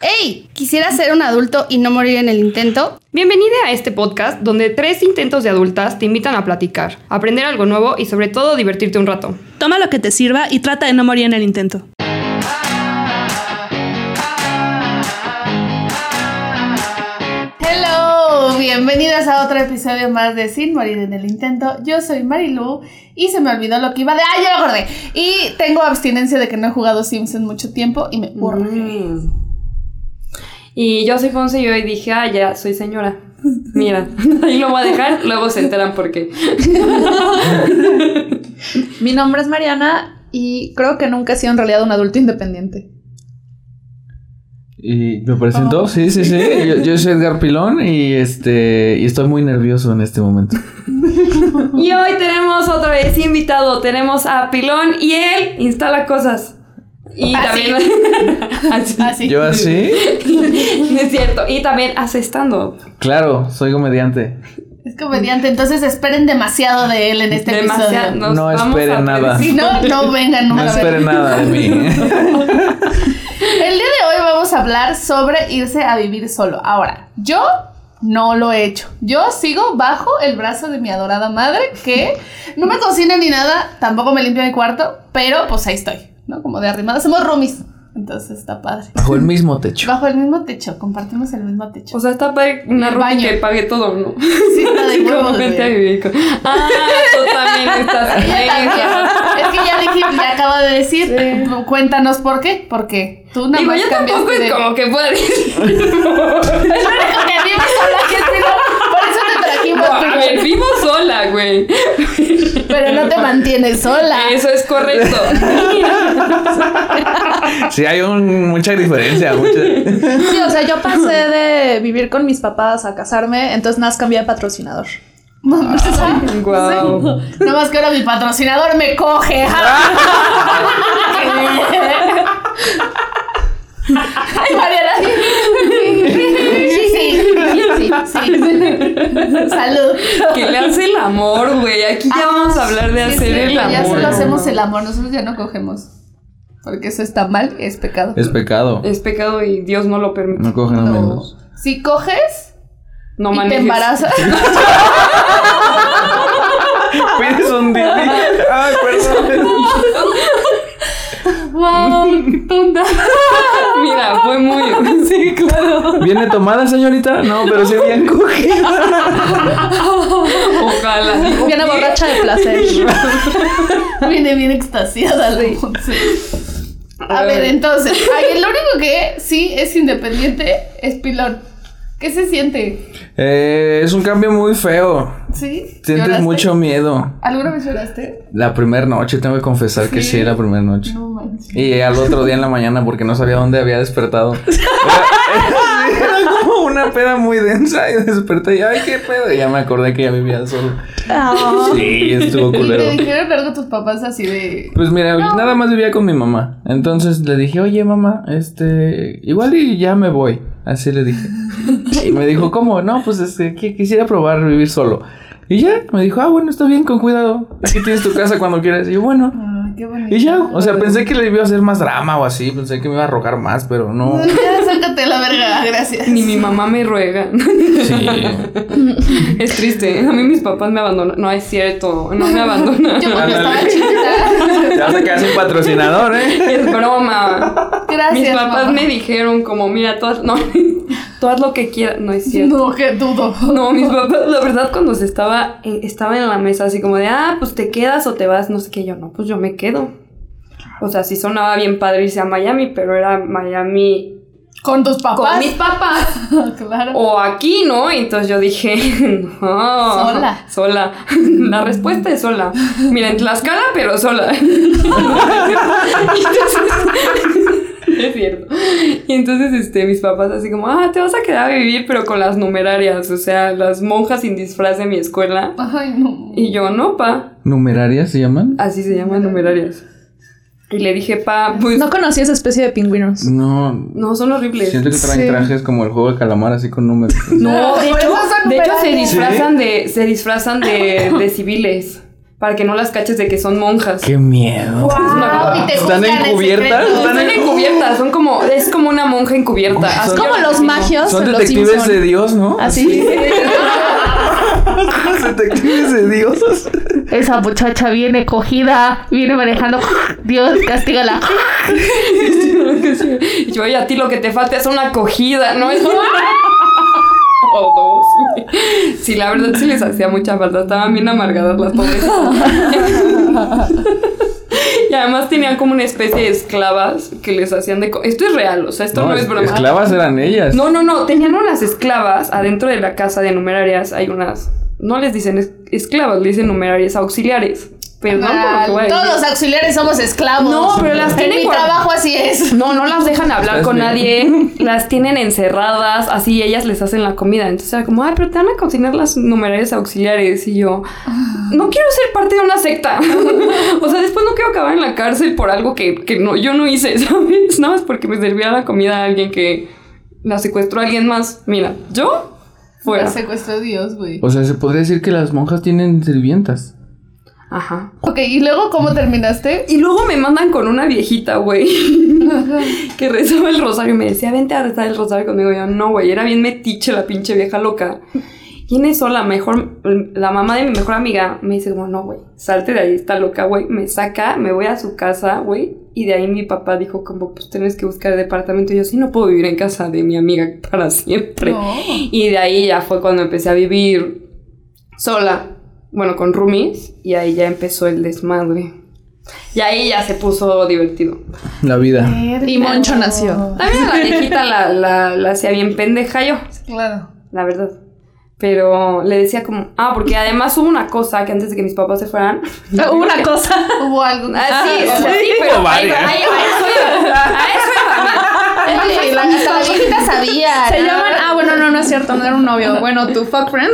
¡Hey! ¿Quisiera ser un adulto y no morir en el intento? Bienvenida a este podcast donde tres intentos de adultas te invitan a platicar, aprender algo nuevo y sobre todo divertirte un rato. Toma lo que te sirva y trata de no morir en el intento. Hello, bienvenidas a otro episodio más de Sin Morir en el Intento. Yo soy Marilu y se me olvidó lo que iba de. ¡Ah, ya lo acordé! Y tengo abstinencia de que no he jugado Sims en mucho tiempo y me Mm. urge. Y yo soy Fonse y hoy dije, ah, ya, soy señora. Mira, ahí lo voy a dejar, luego se enteran por qué. Mi nombre es Mariana y creo que nunca he sido en realidad un adulto independiente. Y me presentó, sí, sí, sí. Yo, yo soy Edgar Pilón y este y estoy muy nervioso en este momento. Y hoy tenemos otra vez invitado, tenemos a Pilón y él instala cosas. Ah, Y también... Así. Así. ¿Yo así? No es cierto. Y también hace stand-up. Claro, soy comediante. Es comediante, entonces esperen demasiado de él en este Demasiado. episodio. nos No vamos esperen a nada. Si no, no vengan No nunca. a ver. esperen nada de mí. El día de hoy vamos a hablar sobre irse a vivir solo. Ahora, yo no lo he hecho. Yo sigo bajo el brazo de mi adorada madre que no me cocina ni nada, tampoco me limpia mi cuarto, pero pues ahí estoy, ¿no? Como de arrimada. Somos roomies, entonces está padre. Bajo el mismo techo. Bajo el mismo techo, compartimos el mismo techo. O sea, está padre una El ropa baño. que pague todo, ¿no? Sí, está de Así como huevos, vente a güey. vivir con- Ah, tú también estás Ella también. Es que ya dije, ya acaba de decir, cuéntanos por qué, porque tú nada Digo, más yo tampoco cambiaste es de- como que pueda decir. Es la única que vive sola que tengo, por eso te No, trajimos. a ver, "Ah, vivo sola, güey. Pero no te mantienes sola. Eso es correcto. Sí, hay un- mucha diferencia. mucha- Sí, o sea, yo pasé de vivir con mis papás a casarme, entonces nada más cambié de patrocinador. Guau. No más que ahora mi patrocinador me coge. Ay, Mariana. Sí, sí, sí, sí. Salud. Que le hace el amor, güey. Aquí ya vamos a hablar de Ah, Sí, hacer sí, el amor. Ya solo ¿no? hacemos el amor, nosotros ya no cogemos. Porque eso está mal, es pecado. Es pecado. Es pecado y Dios no lo permite. No cogen a No. menos. Si coges No y te manejes. embarazas. Pides un dildo. Ay, perdón. Wow, tonta. Mira, fue muy. Sí, claro. ¿Viene tomada, señorita? No, pero sí bien cogida. Ojalá. Digo, Viene ¿qué? borracha de placer. Viene bien extasiada la Monse. A ver, entonces, ay, lo único que sí es independiente es Pilón. ¿Qué se siente? Eh, es un cambio muy feo. ¿Sí? Sientes ¿Lloraste? mucho miedo. ¿Alguna vez lloraste? La primera noche, tengo que confesar que sí, Sí. la primera noche. No manches. Y al otro día en la mañana porque no sabía dónde había despertado. Era, era- era como una peda muy densa y desperté y, ay, qué pedo. Y ya me acordé que ya vivía solo. Sí, estuvo ¿Y te culero. dijeron algo tus papás así de... Pues mira, nada más vivía con mi mamá. Entonces le dije, oye mamá, este, igual y ya me voy. Así le dije. Y me dijo, ¿cómo? No, pues este, qui- quisiera probar vivir solo. Y ya, me dijo, ah, bueno, está bien, con cuidado. Aquí tienes tu casa cuando quieras. Y yo, bueno. Ay, "Ah, qué bonito. Y ya, o sea, pensé que le iba a hacer más drama o así, pensé que me iba a rogar más, pero no. Ya, sácate a la verga, gracias. Ni mi mamá me ruega. Sí. Es triste. A mí mis papás me abandonan. No es cierto. No me abandonan. Yo cuando Ándale. estaba chiquita... Te vas a quedar sin patrocinador, ¿eh? Es broma. Gracias, Mis papás mamá. me dijeron como, mira, tú haz, no, tú haz lo que quieras. No es cierto. No, que dudo. No, mis papás, la verdad, cuando se estaba, eh, estaba en la mesa, así como de, ah, pues te quedas o te vas, no sé qué, yo no, pues yo me quedo. O sea, sí sonaba bien padre irse a Miami, pero era Miami Con Oh. tus con papás. mis papás. Claro. O aquí, ¿no? Entonces yo dije, no. Sola. Sola. La respuesta es sola. Mira, en Tlaxcala, pero sola. Entonces- es cierto. Y entonces, este, mis papás así como, ah, te vas a quedar a vivir, pero con las numerarias, o sea, las monjas sin disfraz de mi escuela. Ay, no. Y yo, no, pa. ¿Numerarias se llaman? Así se llaman numerarias. Y le dije, pa, pues, No conocí esa especie de pingüinos. No. no, son horribles. Siento que traen Sí. trajes como el juego de calamar, así con números. No, de Por hecho, eso son de hecho se numerarias. disfrazan de se disfrazan de, de civiles. para que no las caches de que son monjas. ¡Qué miedo! Es una cosa- y te ¿Están juzgan en encubiertas? secreto. Están encubiertas, son como, es como una monja encubierta. Son- Así Es yo como lo los defino. magios. Son en los detectives de Simpson. Dios, ¿no? ¿Ah, Así. Los detectives de Dios. Esa muchacha viene cogida, viene manejando. Dios, castígala. Y yo, y a ti lo que te falta es una acogida, ¿no? Es una... O dos. güey. Sí, la verdad sí les hacía mucha falta. Estaban bien amargadas las pobres. Y además tenían como una especie de esclavas que les hacían de... co- Esto es real, o sea, esto no, es broma. Esclavas eran ellas. No, no, no. Tenían unas esclavas adentro de la casa de numerarias. Hay unas... No les dicen es- esclavas, le dicen numerarias auxiliares. Perdón por lo que voy a decir. Todos los auxiliares somos esclavos. No, pero las En tienen mi guard- trabajo así es. No, no las dejan hablar Estás con bien. nadie. Las tienen encerradas, así ellas les hacen la comida. Entonces era como, ay, pero te van a cocinar las numerarias auxiliares. Y yo, no quiero ser parte de una secta. o sea, después no quiero acabar en la cárcel por algo que, que no, yo no hice, ¿sabes? Nada más porque me servía la comida a alguien que la secuestró a alguien más. Mira, yo fuera. La secuestró Dios, güey. O sea, se podría decir que las monjas tienen sirvientas. Ajá. Ok, ¿y luego cómo terminaste? Y luego me mandan con una viejita, güey. que rezaba el rosario. Me decía, vente a rezar el rosario conmigo. Y yo, no, güey. Era bien metiche la pinche vieja loca. Y en eso la mejor, la mamá de mi mejor amiga me dice como, no, güey, salte de ahí, está loca, güey. Me saca, me voy a su casa, güey. Y de ahí mi papá dijo como, pues tienes que buscar departamento. Y yo, sí, no puedo vivir en casa de mi amiga para siempre. No. Y de ahí ya fue cuando empecé a vivir sola, bueno, con roomies, y ahí ya empezó el desmadre. Y ahí ya se puso divertido. La vida. Y Moncho nació. También a la viejita la, la, la hacía bien pendeja yo, Claro. la verdad. Pero le decía como, ah, porque además hubo una cosa que antes de que mis papás se fueran. Ah, Una cosa. Hubo algo. Ah, sí, o sea, sí, pero ahí- ahí- a eso iba, a eso iba, mira. Oye, la hasta la viejita sabía. Se ¿no? llaman. Ah, bueno, no, no es cierto. No era un novio. Bueno, tu fuck friend.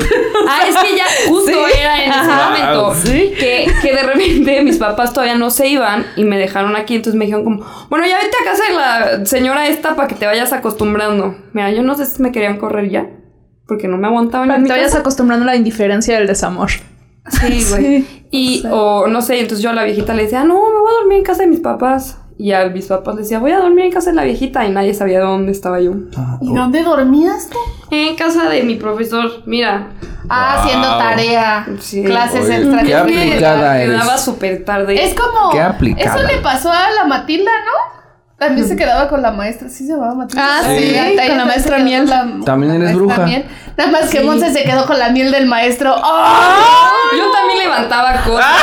Ah, es que ya justo era en ese momento. Que, que de repente mis papás todavía no se iban y me dejaron aquí. Entonces me dijeron como, bueno, ya vete a casa de la señora esta para que te vayas acostumbrando. Mira, yo no sé si me querían correr ya. Porque no me aguantaban en mi Te vayas casa. acostumbrando a la indiferencia del desamor. Sí, güey. Y, o no sé, entonces yo a la viejita le decía, "Ah, no, me voy a dormir en casa de mis papás. Y a mis papás le decía, voy a dormir en casa de la viejita. Y nadie sabía dónde estaba yo. ¿Y dónde dormías tú? En casa de mi profesor, mira. Ah, Wow. haciendo tarea. Sí. Clases Oye, qué extra. apli- Aplicada Ah, eres. Quedaba súper tarde. Es como. Qué aplicada. Eso le pasó a la Matilda, ¿no? También se quedaba con la maestra. Sí, se llamaba Matilda. Ah, sí, ahí con la maestra se quedó Miel. con la- También la eres maestra bruja. Miel. Nada más que Monse se quedó con la miel del maestro. ¡Oh! Yo también levantaba cosas.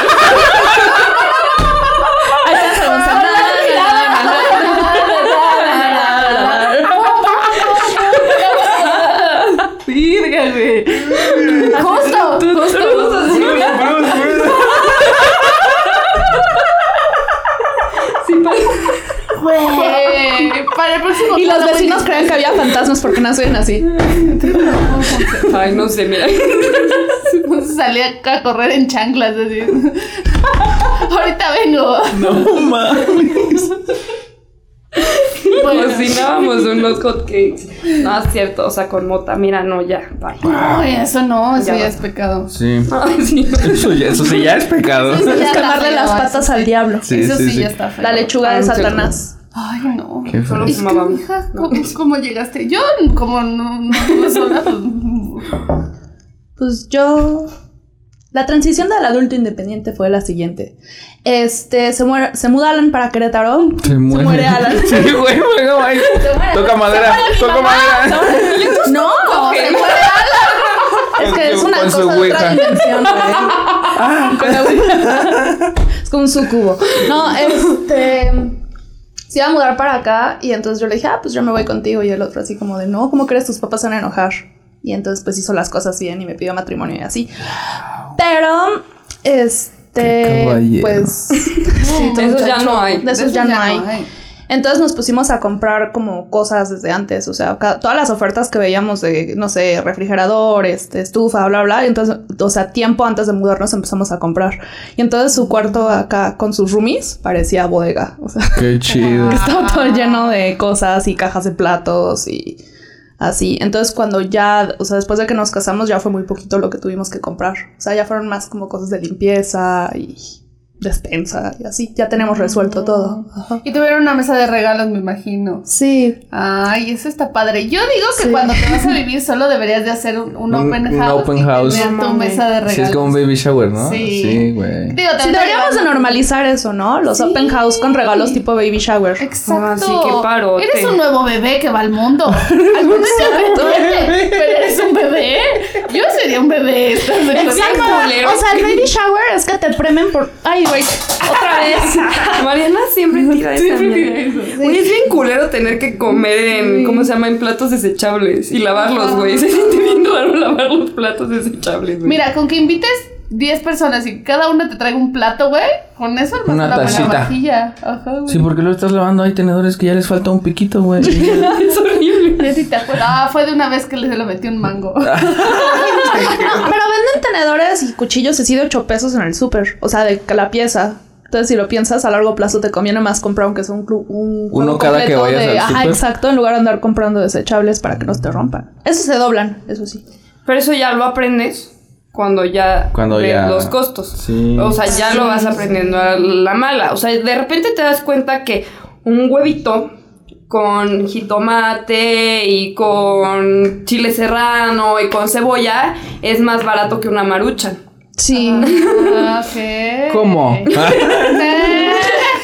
Justo. Justo, justo, sí, mira, sí, pa- Güey. Eh, Para el próximo. Y los programa, vecinos creían que había fantasmas porque nacen así. Ay, no sé, mira. Monse salía a correr en chanclas. Así. Ahorita vengo. No mames. Bueno. Cocinábamos unos hotcakes. No, es cierto, o sea, con mota. Mira, no, ya. bye. Ah. No, eso no, eso Ya ya, va. es pecado. Sí. Ay, sí. Eso ya, eso sí ya es pecado. Es quemarle las patas al diablo. Sí, eso sí, sí, sí. ya está feo. La lechuga Ah, de no sé Satanás. Ay, no. Qué feo. Solo Es que, fumaba. mija, ¿cómo, cómo llegaste? Yo, como no, no estuve sola, pues... Pues yo. La transición del adulto independiente fue la siguiente. Este, se, muere- se muda Alan para Querétaro. Se muere. Alan. Sí, güey, güey, no, ay. Toca madera, toca madera. No, Se muere es que es Con una su Ah. cosa de ouija. otra dimensión, güey. Con la ouija. Es como un sucubo. No, este. Se iba a mudar para acá y entonces yo le dije, ah, pues yo me voy contigo. Y el otro, así como de, no, ¿cómo crees? Tus papás se van a enojar. Y entonces, pues hizo las cosas bien y me pidió matrimonio y así. Pero, Qué este. caballero. Pues. De esos ya no hay. De esos ya, no hay. Entonces nos pusimos a comprar como cosas desde antes, o sea, ca- todas las ofertas que veíamos de, no sé, refrigerador, este, estufa, bla, bla, y entonces, o sea, tiempo antes de mudarnos empezamos a comprar. Y entonces su cuarto acá con sus roomies parecía bodega, o sea, Qué chido. estaba todo lleno de cosas y cajas de platos y Así, entonces cuando ya, o sea, después de que nos casamos ya fue muy poquito lo que tuvimos que comprar. O sea, ya fueron más como cosas de limpieza y despensa y así. Ya tenemos resuelto todo. Ajá. Y tuvieron una mesa de regalos, me imagino. Sí, Ay, eso está padre. Yo digo que Sí. cuando te vas a vivir solo deberías de hacer un, un Un- open un house. open y house. tener No tu mames. mesa de regalos. Sí, es como un baby shower, ¿no? Ah, Sí. Sí, güey. Digo, Sí, también deberíamos de regalos- normalizar eso, ¿no? Los Sí. open house con regalos tipo baby shower. Exacto. Ah, sí, qué parote. Eres un nuevo bebé que va al mundo. Algún día vete, ¿eh? pero eres un bebé. Yo sería un bebé. ¿estás de acuerdo? Exacto. culero. O sea, el baby shower es que te premen por. Ay, güey. Otra vez. Mariana siempre tira esa Siempre mierda. tira eso. Güey, es bien culero tener que comer en, ¿cómo se llama? En platos desechables y lavarlos, güey. Se siente bien raro lavar los platos desechables, güey. Mira, con que invites 10 personas y cada una te traiga un plato, güey, con eso armas Una una, buena tacita. vajilla. Ajá, güey. Sí, porque lo estás lavando. Hay tenedores que ya les falta un piquito, güey. es horrible. Ya ni te acuerdas. Ah, fue de una vez que les lo metí un mango. Ah. No, pero venden tenedores y cuchillos así de 8 pesos en el súper. O sea, de que la pieza. Entonces, si lo piensas a largo plazo, te conviene más comprar aunque sea un club. Un Uno juego cada que completo vayas de- al Ajá, súper. exacto. En lugar de andar comprando desechables para que no te rompan. Esos se doblan, eso sí. Pero eso ya lo aprendes cuando ya Cuando ves ya- los costos. Sí. O sea, ya lo vas aprendiendo a la mala. O sea, de repente te das cuenta que un huevito con jitomate y con chile serrano y con cebolla es más barato que una marucha. Sí. Ah, ok. ¿Cómo? Ah,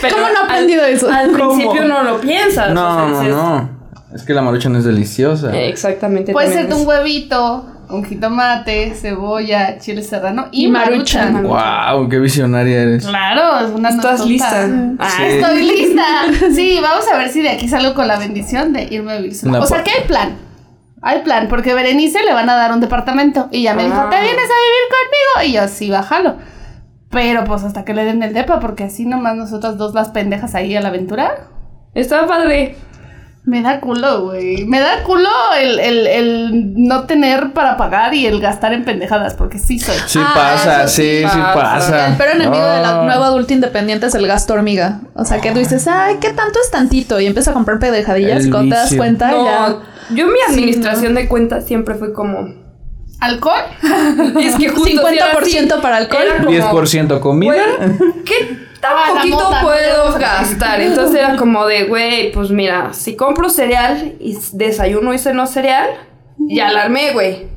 Pero ¿Cómo no he al- aprendido eso? Al ¿Cómo? principio no lo piensas. No, o no, sea, dices, no. Es que la marucha no es deliciosa. eh, Exactamente. Puede también ser de un es- huevito, un jitomate, cebolla, chile serrano y, Y marucha. maruchan. Wow, qué visionaria eres. Claro, es una Estás notota. lista. Ah, Sí. es- Estoy lista. Sí, vamos a ver si de aquí salgo con la bendición de irme a vivir sola. Una O sea, pa- que hay plan. Hay plan, porque Berenice le van a dar un departamento. Y ya me dijo, Ah. ¿te vienes a vivir conmigo? Y yo, sí, bájalo. Pero pues hasta que le den el depa, porque así nomás nosotras dos las pendejas ahí a la aventura. Está padre. Me da culo, güey. Me da culo el, el- el no tener para pagar y el gastar en pendejadas, porque sí soy. Sí Ah, pasa, eso sí, sí pasa. pasa. El peor enemigo de la Ah. nueva adulta independiente es el gasto hormiga. O sea, que tú dices, ay, ¿qué tanto es tantito? Y empiezas a comprar pendejadillas El y cuando te das vicio. cuenta No, Ah, ya. yo mi administración de cuentas siempre fue como... ¿Alcohol? Es que justo si era así, 50% para alcohol. era como, 10% comida. güey, ¿Qué tan Ah, la poquito mota, ¿no? puedo Ya gastar? Entonces era como de, güey, pues mira, si compro cereal y s- desayuno y ceno cereal, ya alarmé, güey.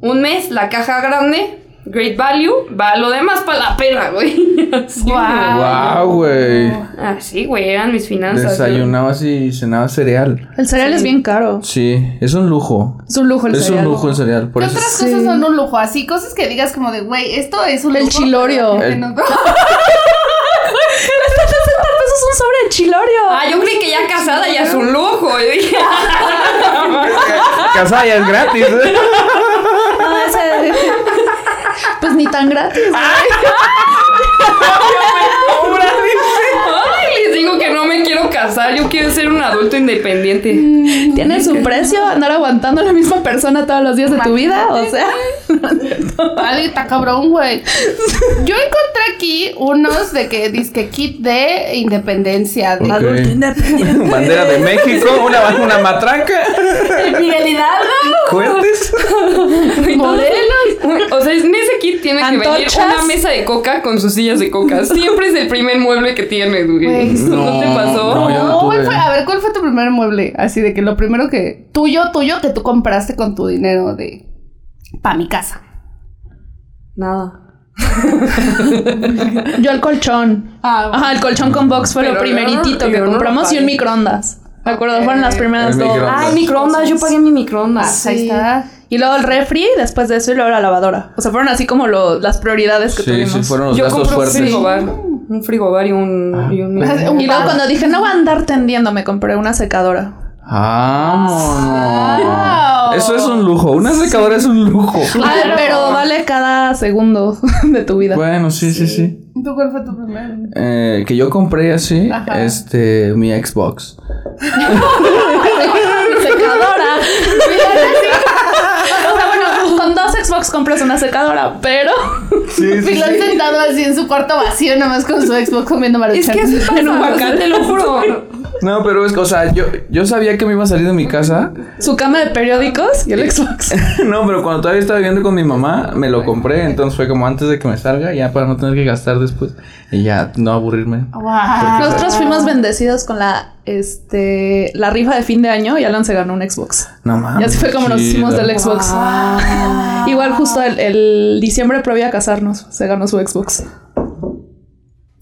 Un mes, la caja grande, great value, va lo demás para la pena, güey. Así, güey. Wow, güey. Así, güey, eran mis finanzas. Desayunabas y cenabas cereal. El cereal es bien caro. Sí, es un lujo. Es un lujo el es cereal. un lujo el cereal. Por ¿Qué eso otras Sí. cosas son un lujo? Así, cosas que digas como de, güey, esto es un El lujo, chilorio. pero la El- gente no- Eso es un sobre de chilorio. Ah, yo creí que ya casada ya es un lujo. Yo dije, Casaya es gratis. ¿eh? Ah, ese- Pues ni tan gratis. Ah. ay, les digo que no me quiero casar, yo quiero ser un adulto independiente. Tiene su precio andar aguantando a la misma persona todos los días de tu vida. O sea, Ay, está cabrón, güey. Yo encontré aquí unos de que dizque kit de independencia. De Ok. Bandera de México, una, una matranca. Miguel Hidalgo. ¿Cuentes? Modelos. O sea, en ese kit tiene que venir Antorchas. una mesa de coca con sus sillas de coca. Siempre es el primer mueble que tienes, güey. Güey, ¿No, te pasó? No, yo no No, güey, tuve. fue- a ver, ¿cuál fue tu primer mueble? Así de que lo primero que. Tuyo, tuyo, que tú compraste con tu dinero de. Pa' mi casa. Nada. yo el colchón. Ajá, el colchón con box fue Ah, Pero lo yo no- primeritito que yo no lo compramos y un pagué. microondas. Me acuerdo, fueron las primeras El dos. microondas. Ay, microondas, yo pagué mi microondas. Ah, Ahí está. Y luego el refri, después de eso, y luego la lavadora. O sea, fueron así como lo- las prioridades que Sí, tuvimos. sí, fueron los Yo gastos compré un fuertes. Ah. frigobar. Un frigobar y un. Y un Y luego cuando dije, no voy a andar tendiendo, me compré una secadora. Ah, Wow. Eso es un lujo. Una secadora es un lujo. Ay, pero vale cada segundo de tu vida. Bueno, sí, sí, sí. ¿Tú cuál fue tu primer? Eh, que yo compré así, Ajá. este, mi Xbox. secadora. o sea, bueno, con dos Xbox compras una secadora, pero Sí, Pilón sentado así en su cuarto vacío, nomás con su Xbox comiendo maruchan. Es que así pasa, o sea, te lo juro. No, pero es que, o sea, yo, yo sabía que me iba a salir de mi casa. Su cama de periódicos y el Xbox. No, pero cuando todavía estaba viviendo con mi mamá, me lo compré. Entonces fue como antes de que me salga, ya para no tener que gastar después. Y ya no aburrirme. Wow. Nosotros fuimos bendecidos con la, este, la rifa de fin de año y Alan se ganó un Xbox. No mames. Y así fue como nos chido. hicimos del Xbox. Igual justo el, el diciembre previo a casarnos se ganó su Xbox.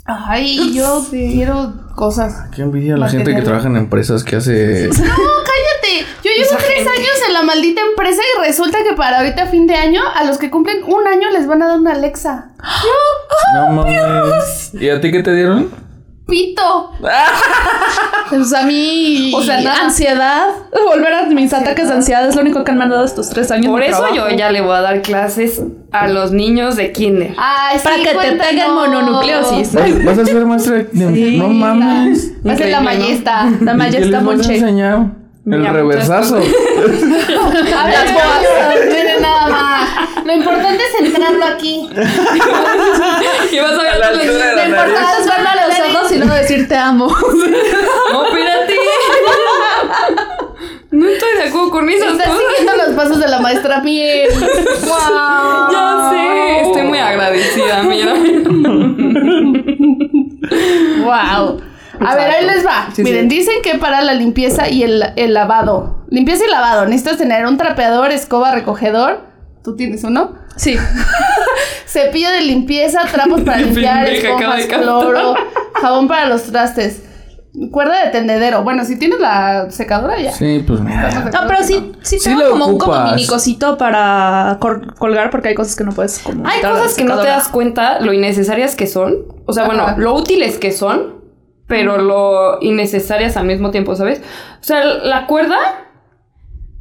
Ay, yo quiero cosas. Qué envidia a la gente que Material. trabaja en empresas que hace. No, cállate. Yo llevo tres años en la maldita empresa y resulta que para ahorita fin de año, a los que cumplen un año les van a dar una Alexa. No mames. ¿Y a ti qué te dieron? Pito. Pues a mí, O sea, nada. ansiedad, volver a mis ataques de ansiedad es lo único que me han dado estos tres años. Por de eso trabajo. yo ya le voy a dar clases a los niños de kinder. Ay, sí, Para que te cuéntanos. peguen mononucleosis. ¿Vas, vas a ser maestra? de- no mames. Va a ser la Increíble, ¿no? mayesta. La ¿Y qué les Mayesta vas a Monche. enseñar? El Mira, reversazo. Hablas boas. Miren nada más. Lo importante es entrarlo aquí. Y vas a ver la a los niños altura de la de- nariz. Todas verme a los ojos y luego decir te amo. No, espérate. No estoy de acuerdo con esas Estás cosas. siguiendo los pasos de la maestra Miel. Wow. Ya sé, estoy muy agradecida, mira. Wow. A ver, ahí les va. Miren, dicen que para la limpieza y el, el lavado. Limpieza y lavado. Necesitas tener un trapeador, escoba, recogedor. ¿Tú tienes uno? Sí. Cepillo de limpieza, trapos para Qué limpiar, pendeja, acaba de esponjas, captar. cloro, jabón para los trastes, cuerda de tendedero. Bueno, si tienes la secadora ya. Sí, pues mira. No, pero sí, sí Sí tengo lo como un como ocupas. mini cosito para cor- colgar porque hay cosas que no puedes como Hay quitar a la cosas que no te secadora. das cuenta lo innecesarias que son. O sea, bueno, Ajá. lo útiles que son, pero lo innecesarias al mismo tiempo, ¿sabes? O sea, la cuerda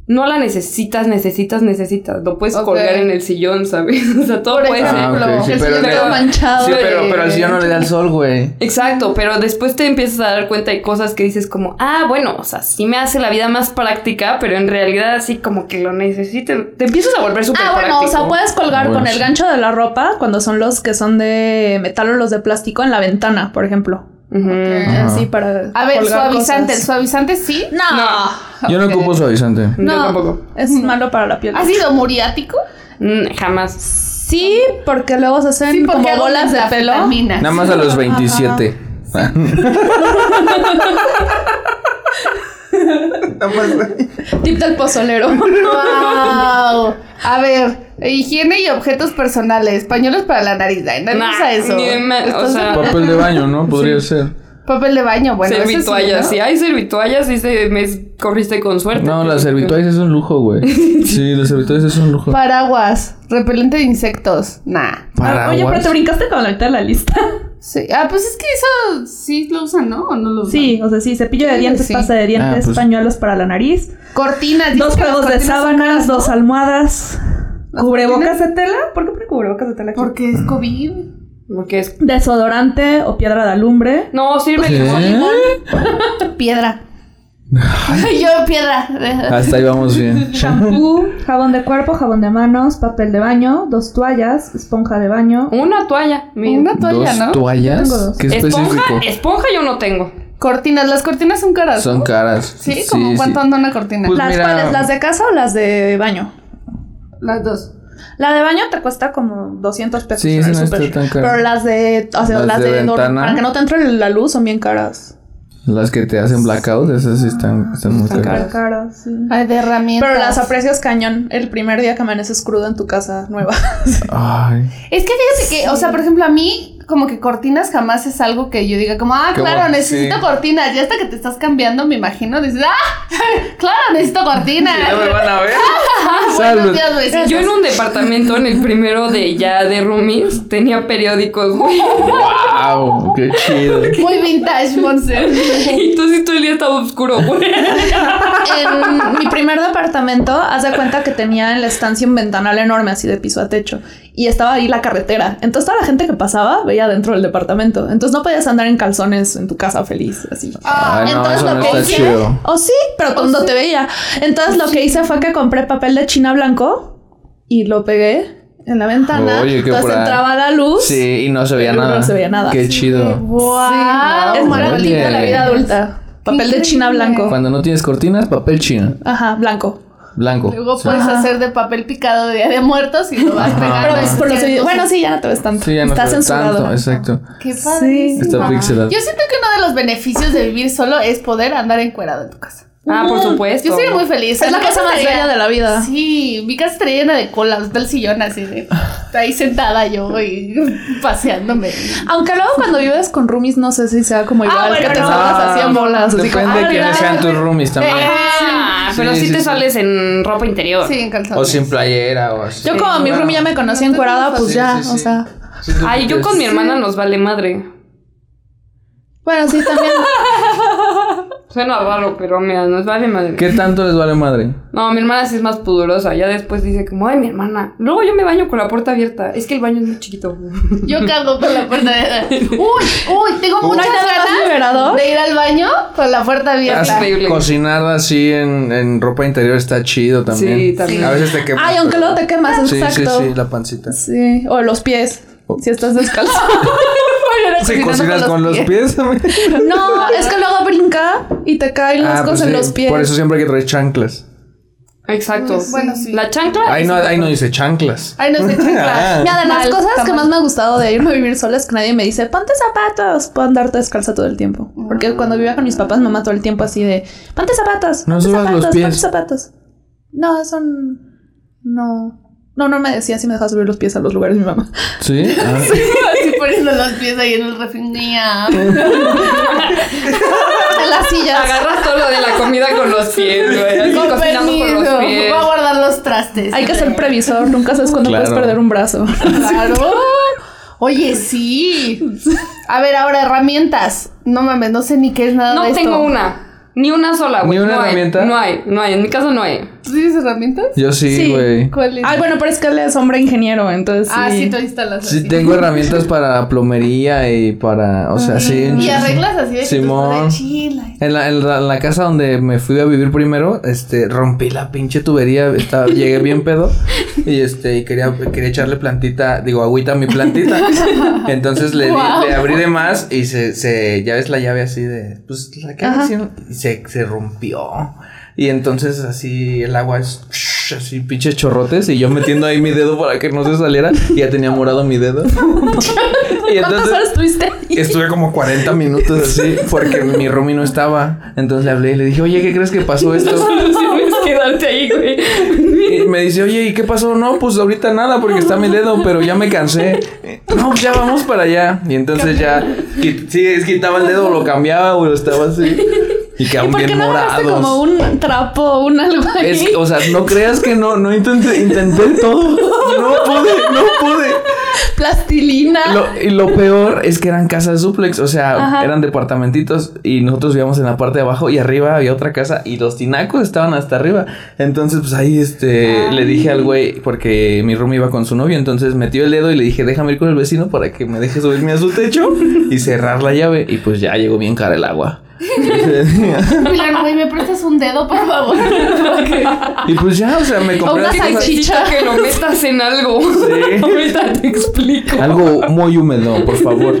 no la necesitas, necesitas, necesitas. Lo puedes Ok. colgar en el sillón, ¿sabes? O sea, todo puede ser. Ah, ok, sí, el pero, sillón le- todo manchado sí, de- pero, pero si yo no le da el sol, güey. Exacto, pero después te empiezas a dar cuenta de cosas que dices como, ah, bueno, o sea, sí me hace la vida más práctica, pero en realidad así como que lo necesito. Te empiezas a volver súper Ah, bueno, o sea, práctico. puedes colgar Bueno, con sí. el gancho de la ropa cuando son los que son de metal o los de plástico en la ventana, por ejemplo. Ujú. Ajá. Así para. A ver, colgar suavizante. El cosas. suavizante sí. No. Yo no Ok. ocupo suavizante. No, No. tampoco. Es malo para la piel. ¿Ácido muriático? Mm, jamás. Sí, porque luego se hacen Sí, porque como hago bolas de pelo. metanfetaminas. Nada más a los Ah. 27. Tip del pozolero. Wow. A ver, higiene y objetos personales. Pañuelos para la nariz. Ay, no Nah, usa eso. ni de ma- o Estás- sea, Papel de baño, ¿no? Podría ser. papel de baño, bueno. eso sí, servituallas. ¿no? Si hay servituallas, sí se me corriste con suerte. No, las servituallas es un lujo, güey. Sí, las servituallas es un lujo. Paraguas, repelente de insectos. Nah. Oye, pero te Paraguas. brincaste con la mitad de la lista. Sí. Ah, pues es que eso sí lo usan, ¿no? ¿O no lo usan? Sí, o sea, sí, cepillo de Sí, dientes, sí. pasta de dientes, Ah, pues. pañuelos para la nariz, Cortinas. dicen dos que las juegos de cortinas son sábanas, caras, ¿no? dos almohadas, ¿Las cubrebocas de tela. ¿Por qué pone cubrebocas de tela aquí? Porque es COVID. Porque es... Desodorante o piedra de alumbre. No, sirve ¿Qué? limón. Piedra. Yo, piedra. Hasta ahí vamos bien. Shampoo, jabón de cuerpo, jabón de manos, papel de baño, dos toallas, esponja de baño, Una toalla. mira. Una toalla, ¿Dos ¿no? Tengo toallas? dos. Qué específico. Esponja, esponja yo no tengo. Cortinas. Las cortinas son caras. Son ¿no? caras. Sí, como sí. cuánto anda una cortina. Pues ¿Las mira- cuales? ¿Las de casa o las de baño? Las dos. La de baño te cuesta como 200 pesos. Sí, en sí, el no está súper. tan caro. Pero las de. O sea, Las las, de de. dor- ventana. para que no te entre la luz son bien caras. Las que te hacen blackout, esas sí están, están muy caras. Bien caras, sí. Ay, de herramientas. Pero las aprecias cañón el primer día que amaneces crudo en tu casa nueva. Ay. Es que fíjate que, o sea, por ejemplo, a mí como que cortinas jamás es algo que yo diga como, ah, Como, claro, necesito sí. cortinas. Ya hasta que te estás cambiando, me imagino, dices, ah, claro, necesito cortinas. Ah, ¿Ya me van a ver? Buenos Salud. días, pues, besitos. Yo en un departamento, en el primero de ya de roomies, tenía periódicos, güey. ¡Wow! Ah, oh, ¡Qué chido! Muy vintage, Monse. Y entonces todo el día estaba oscuro, güey. en mi primer departamento, haz de cuenta que tenía en la estancia un ventanal enorme, así de piso a techo, y estaba ahí la carretera. Entonces toda la gente que pasaba veía dentro del departamento. Entonces no podías andar en calzones en tu casa feliz, así. Ay, no, entonces eso no lo que está hice- chido. O Oh, sí, Oh, pero cuando te veía. Entonces lo que hice fue que compré papel de China blanco y lo pegué en la ventana. Oye, qué entonces fran- entraba la luz. Sí, y no se veía No nada. se veía nada. ¡Qué Sí. chido! Wow. Es Oye. maravilloso la vida adulta. Papel de China blanco. Cuando no tienes cortinas, papel chino. Ajá, blanco. Blanco. Luego O sea, puedes hacer de papel picado de Día de Muertos y lo vas Ajá. pegando. Pero pues por los Ciertos- videos- Bueno, sí, ya no te ves tanto. sí, ya no Está se ve censurado. Ah. tanto, exacto. Qué padrísimo. Está pixelado. Yo siento que uno de los beneficios de vivir solo es poder andar encuerado en tu casa. Ah, por supuesto. Yo sería muy feliz. Es la cosa más bella de la vida. Sí, mi casa estaría llena de cola, está el sillón así de ahí sentada yo y paseándome. Aunque luego cuando vives con roomies no sé si sea como igual Ah, bueno, Ah. que te no. salgas así en bolas. Así como, Depende de "Ah, Eh. quiénes mira". sean tus roomies también. Ah, pero Sí, si sí, te sí. sales en ropa interior. Sí, en calzones. O sin playera o así. Yo como mi roomie ya me conocía encuerada, pues ya, o sea. Ay, Pues yo con mi hermana nos vale madre. Bueno, sí, también. Suena raro, pero mira, nos vale madre. ¿Qué tanto les vale madre? No, mi hermana sí es más pudorosa. Ya después dice como, ay, mi hermana. Luego yo me baño con la puerta abierta. Es que el baño es muy chiquito. Yo cago con la puerta de... Uy, uy, tengo ¿No muchas hay nada más ganas liberador? de ir al baño con la puerta As- abierta. Increíble. Cocinar así en, en ropa interior está chido también. Sí, también. A veces te quemas. Ay, aunque pero- luego te quemas, Sí, sí, exacto. sí, la pancita. Sí, o los pies. Si estás descalzo. ¿Se Cocinando cocinas con los pies? No, es que luego brinca y te caen las Ah, cosas pues en sí, los pies. Por eso siempre hay que traer chanclas. Exacto. Bueno, sí. La chancla. Ahí no, ahí no dice chanclas. Ay, no sé, Ah. Mira, de las Mal, cosas está que mal. más me ha gustado de irme a vivir sola es que nadie me dice, ponte zapatos, puedo andarte descalza todo el tiempo. Porque Mm. cuando vivía con mis papás, mamá todo el tiempo así de, ponte zapatos, No ponte subas los zapatos, pies". ponte zapatos. No, eso n- no. No, no me decía si me dejaba subir los pies a los lugares de mi mamá. ¿Sí? Ah. así poniendo los pies ahí en el refrigerio. En las sillas. Agarras todo lo de la comida con los pies, güey. Así Con cocinando con permiso. los pies. Voy a guardar los trastes. Hay que ser previsor, nunca sabes cuándo Claro. puedes perder un brazo. Claro. Oye, sí. A ver, ahora herramientas. No mames, no sé ni qué es nada No de esto. tengo una. Ni una sola, güey. ¿Ni una no hay, herramienta? no hay, no hay. En mi casa no hay. ¿Tú tienes herramientas? Yo sí, Sí. güey. ¿Cuáles? Ay, bueno, pero es que él es hombre ingeniero, entonces. Ah, sí, tú instalas. Sí, así. tengo herramientas para plomería y para. O sea, sí. Y arreglas así de que Simón. tú estás de chila. En la, en la- en la casa donde me fui a vivir primero, este, rompí la pinche tubería, estaba, llegué bien pedo y este, y quería, quería echarle plantita, digo, agüita a mi plantita. Entonces le, di- le abrí de más y se, se, ya ves la llave así de, pues, la que hacían, y se, se rompió. Y entonces así el agua es así pinches chorrotes y yo metiendo ahí mi dedo para que no se saliera y ya tenía morado mi dedo. y ¿Cuántas horas tuviste? Estuve como 40 minutos así porque mi Romy no estaba. Entonces le hablé y le dije, oye, ¿qué crees que pasó esto? Tienes que quedarte ahí, güey. Y me dice, oye, ¿y qué pasó? No, pues ahorita nada porque está mi dedo, pero ya me cansé. No, pues ya vamos para allá. Y entonces ya, qui- sí, es quitaba el dedo, lo cambiaba, güey, estaba así. Y ¿Y quedaron por qué bien no agarraste morados. como un trapo, un algo ahí? Es, o sea, no creas que no, no intenté, intenté todo. No pude, no pude. Plastilina. Lo- y lo peor es que eran casas duplex, o sea, eran departamentitos y nosotros vivíamos en la parte de abajo y arriba había otra casa y los tinacos estaban hasta arriba. Entonces, pues ahí este le dije al güey porque mi room iba con su novio, entonces metió el dedo y le dije, "Déjame ir con el vecino para que me deje subirme a su techo y cerrar la llave" y pues ya llegó bien cara el agua. Milan, güey, ¿me prestas un dedo, por favor? y pues ya, o sea, me compré Una las cosas- salchicha. Necesito que lo metas en algo. Sí. Ahorita te explico. algo muy húmedo, por favor.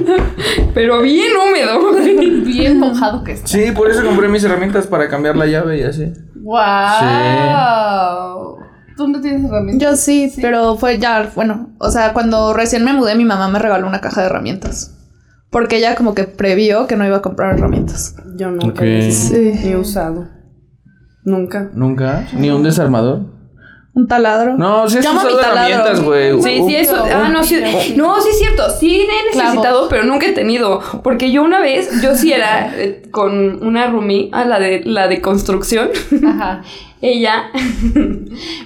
Pero bien húmedo, güey. Bien mojado que está. Sí, por eso compré mis herramientas para cambiar la llave y así. ¡Wow! ¿Tú no tienes herramientas? Yo sí, pero fue ya, bueno, o sea, cuando recién me mudé, mi mamá me regaló una caja de herramientas. Porque ella como que previó que no iba a comprar herramientas. Yo nunca Ok. les Sí. he usado. Nunca. Nunca, ni un desarmador. Un taladro. No, sí has Llama a mi usado taladro. herramientas, güey. Sí, Un- sí, eso. Ah, no, sí. No, sí es cierto. Sí he necesitado, pero nunca he tenido. Porque yo una vez, yo sí era eh, con una roomie, ah, la de, la de construcción. Ajá. ella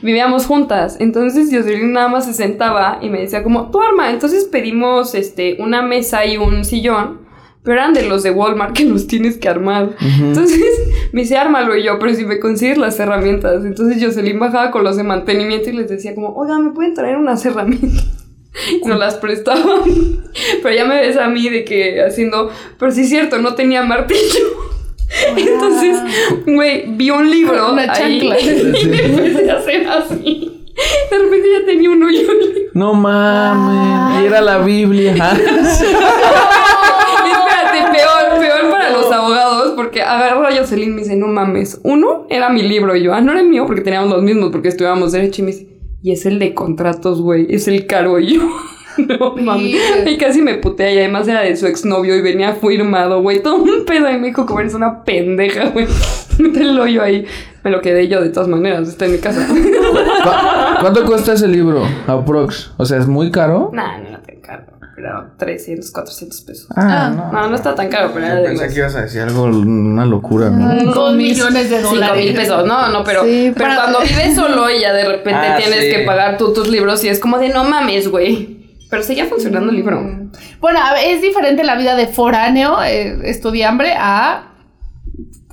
vivíamos juntas. Entonces Jocelyn nada más se sentaba y me decía como, tú arma. Entonces pedimos este, una mesa y un sillón. Pero eran de los de Walmart que los tienes que armar. Entonces me dice, ármalo y yo, pero si me consigues las herramientas. Entonces Jocelyn bajaba con los de mantenimiento y les decía como, oiga, ¿me pueden traer unas herramientas? Y nos las prestaban. Pero ya me ves a mí de que haciendo, pero sí es cierto, no tenía martillo. Entonces, güey, vi un libro. Una ahí, chancla. y me empecé a hacer así. De repente ya tenía un hoyo. en el- No mames. Y era la Biblia. Ah. Espérate, peor, peor para los abogados, porque porque agarró a Jocelyn y me dice, no mames, uno era mi libro y yo, ah, no era el mío porque teníamos los mismos, porque estudiábamos derecho y me dice, y es el de contratos, güey, es el caro y yo. No mames. Sí. Y casi me putea y además era de su exnovio y venía firmado, güey. Todo un pedo y me dijo que eres una pendeja, güey. Mete el hoyo ahí. Me lo quedé yo de todas maneras, está en mi casa. ¿Cu- ¿Cuánto cuesta ese libro? Aprox. O sea, es muy caro. nah, no era tan caro. Pero 300, 400 pesos. Ah, no. No, no está tan caro, pero era Yo de pensé más. que ibas a decir algo, una locura, ¿no? Dos millones de Cinco mil dólares. pesos, no, no, pero, Sí, pero para- cuando vives solo y ya de repente Ah, tienes sí. que pagar tú tus libros y es como de no mames, güey. Pero seguía funcionando el libro. Bueno, a ver, es diferente la vida de foráneo, eh, estudiambre, a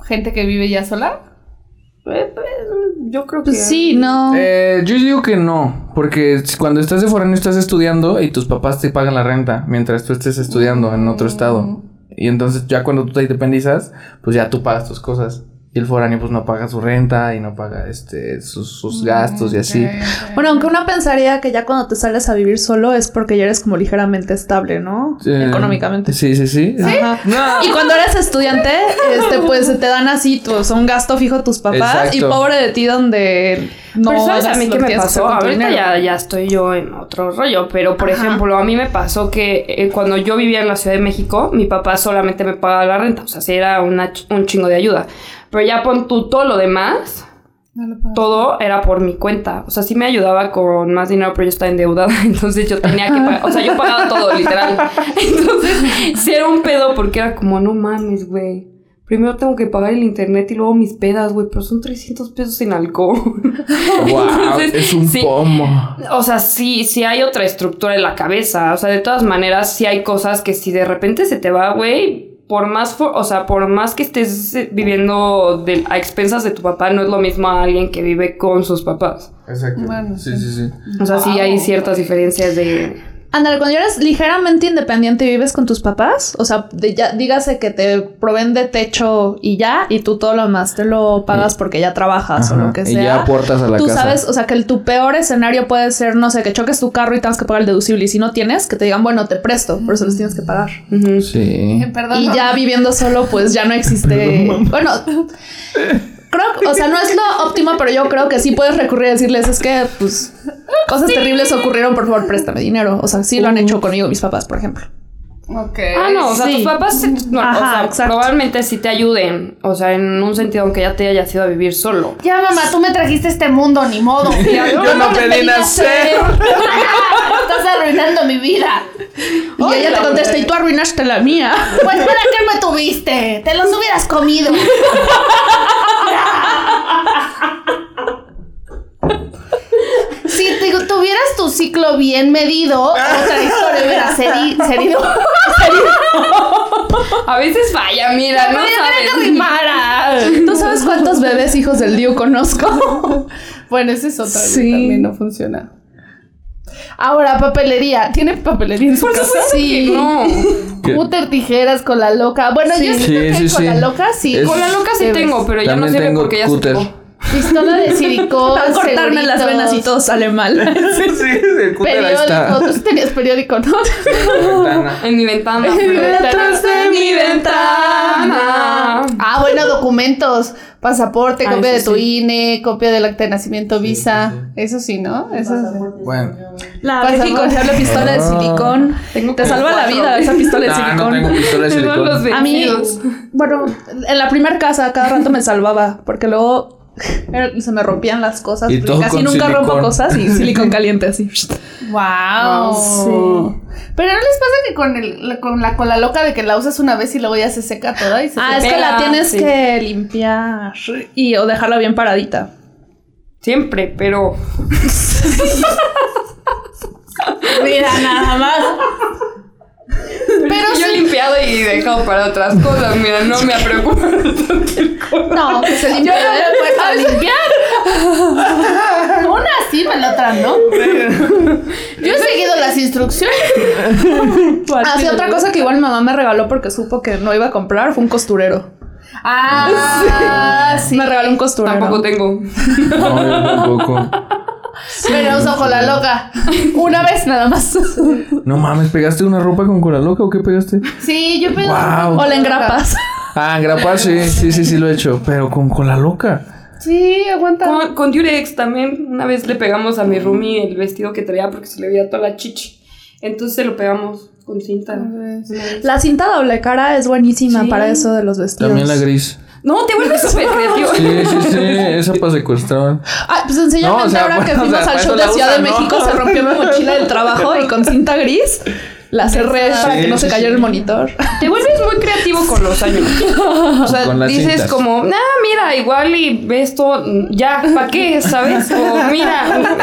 gente que vive ya sola. Eh, pues, yo creo que. Pues sí, no. Eh, yo digo que no, porque si- cuando estás de foráneo estás estudiando y tus papás te pagan la renta mientras tú estés estudiando en otro estado. Y entonces ya cuando tú te independizas, pues ya tú pagas tus cosas. Y el foráneo pues no paga su renta y no paga este sus, sus gastos y así. Bueno, aunque uno pensaría que ya cuando te sales a vivir solo es porque ya eres como ligeramente estable, ¿no? Eh, Económicamente. Sí, sí, sí. Ajá. Y cuando eres estudiante, este, pues te dan así tu, o sea, un gasto fijo tus papás y Exacto. pobre de ti donde no pero sabes a hagas mí lo qué que me tienes que hacer pasó. con tu Ahorita dinero. ya, ya estoy yo en otro rollo, pero por ejemplo, a mí me pasó que eh, cuando yo vivía en la Ciudad de México, mi papá solamente me pagaba la renta, o sea, sí era una ch- un chingo de ayuda. Pero ya pon tú todo lo demás, todo era por mi cuenta. O sea, sí me ayudaba con más dinero, pero yo estaba endeudada. Entonces yo tenía que pagar. O sea, yo pagaba todo, literal. Entonces, sí era un pedo porque era como, no mames, güey. Primero tengo que pagar el internet y luego mis pedas, güey. Pero son 300 pesos en alcohol. Guau, Entonces, es un sí. pomo. O sea, sí, sí hay otra estructura en la cabeza. O sea, de todas maneras, sí hay cosas que si de repente se te va, güey, por más, fo- o sea, por más que estés eh, viviendo de- a expensas de tu papá, no es lo mismo a alguien que vive con sus papás. Exacto. Bueno, sí, sí, sí. O sea, sí hay ciertas diferencias de... Ándale, cuando ya eres ligeramente independiente y vives con tus papás, o sea, de ya- dígase que te proveen de techo y ya, y tú todo lo demás te lo pagas porque ya trabajas o Ajá, lo que y sea. ya aportas a la tú casa. sabes, o sea, que el, tu peor escenario puede ser, no sé, que choques tu carro y tengas que pagar el deducible. Y si no tienes, que te digan, bueno, te presto, por eso los tienes que pagar. Ujú. Sí. Eh, Perdón. Y no. ya viviendo solo, pues ya no existe. bueno, creo, que- o sea, no es lo óptimo, pero yo creo que sí puedes recurrir y decirles, es que, pues, cosas terribles ocurrieron, por favor, préstame dinero. O sea, sí lo han hecho conmigo mis papás, por ejemplo. Ok. Ah, no, o sea, Sí. tus papás se- no, Ajá, o sea, exacto. probablemente sí te ayuden, o sea, en un sentido, aunque ya te hayas ido a vivir solo. Ya, mamá, tú me trajiste a este mundo, ni modo. Ya, Yo no pedí nacer. Estás arruinando mi vida. Y ella te contesta, y tú arruinaste la mía. Pues para qué me tuviste. Te los hubieras comido. Si te- tuvieras tu ciclo bien medido, otra historia hubiera seri- serido. A veces falla, mira, no sabes. ¿Tú sabes cuántos bebés hijos del Diu conozco? Bueno, ese es otro que Sí. también no funciona. Ahora, papelería. ¿Tiene papelería en su casa? Sí. No. ¿Qué? Cúter, tijeras, con la loca. Bueno, yo Sí. siento que Sí, sí, con la sí. loca sí. Es- Con la loca sí Debes. tengo, pero ya no También sirve tengo porque ya cúter. se secó. Pistola de silicón. Para cortarme las seguritos, venas y todo sale mal. sí, sí, el cúter ahí Periódico. Tú sí tenías periódico, ¿no? Ventana. En mi ventana. Detrás de mi ventana. Ah, bueno, documentos. Pasaporte, Ah, copia eso de tu sí. INE, copia del acta de nacimiento, visa. Eso sí, ¿no? Eso sí. Bueno. La Pasa vieja y mal. confiable pistola de Ah. silicón. Te salva la vida esa pistola de Ah, silicón. no tengo pistola de Todos silicón. los A mí, vencidos. bueno, en la primera casa cada rato me salvaba, porque luego era- se me rompían las cosas. Y porque todo casi con nunca rompo silicón. cosas y silicón caliente así. Ah, Wow. Pero no les pasa que con, el, la- con la cola loca de que la usas una vez y luego ya se seca toda y se te Ah, es que pega, la tienes sí. que limpiar y o dejarla bien paradita. Siempre, pero. Mira, nada más. Pero yo he limpiado y dejado para otras cosas. Mira, no me preocupa. No, que se limpia. ¿eh? a pues, limpiar. Una sí, pero la otra no. Yo he seguido las instrucciones. Así otra cosa que igual mi mamá me regaló porque supo que no iba a comprar fue un costurero. Ah, sí. Me regaló un costurero. Tampoco tengo. No, yo tampoco. Pero uso cola loca. Una vez nada más. No mames, ¿pegaste una ropa con cola loca o qué pegaste? Sí, yo pedí. Guau. O la engrapas. Ah, grapar sí, sí, sí, sí lo he hecho. Pero con, con la loca. Sí, aguanta. Con, con Durex también, una vez le pegamos a mi roomie el vestido que traía porque se le veía toda la chichi. Entonces se lo pegamos con cinta. La cinta doble cara es buenísima Sí. para eso de los vestidos. También la gris. No, te vuelves súper creativo. Sí, sí, sí. Esa para secuestrar. Ah, pues sencillamente No, o sea, ahora que bueno, o fuimos al sea, para show eso de la Ciudad de usan, ¿no? México se rompió mi mochila del trabajo y con cinta gris la cerré para Sí, que no sí, se cayera el monitor. Te vuelves muy creativo con los años. O sea, Con las dices cintas. como, ah, mira, igual y ve esto, mm, ya, ¿para qué? ¿Sabes? O mira,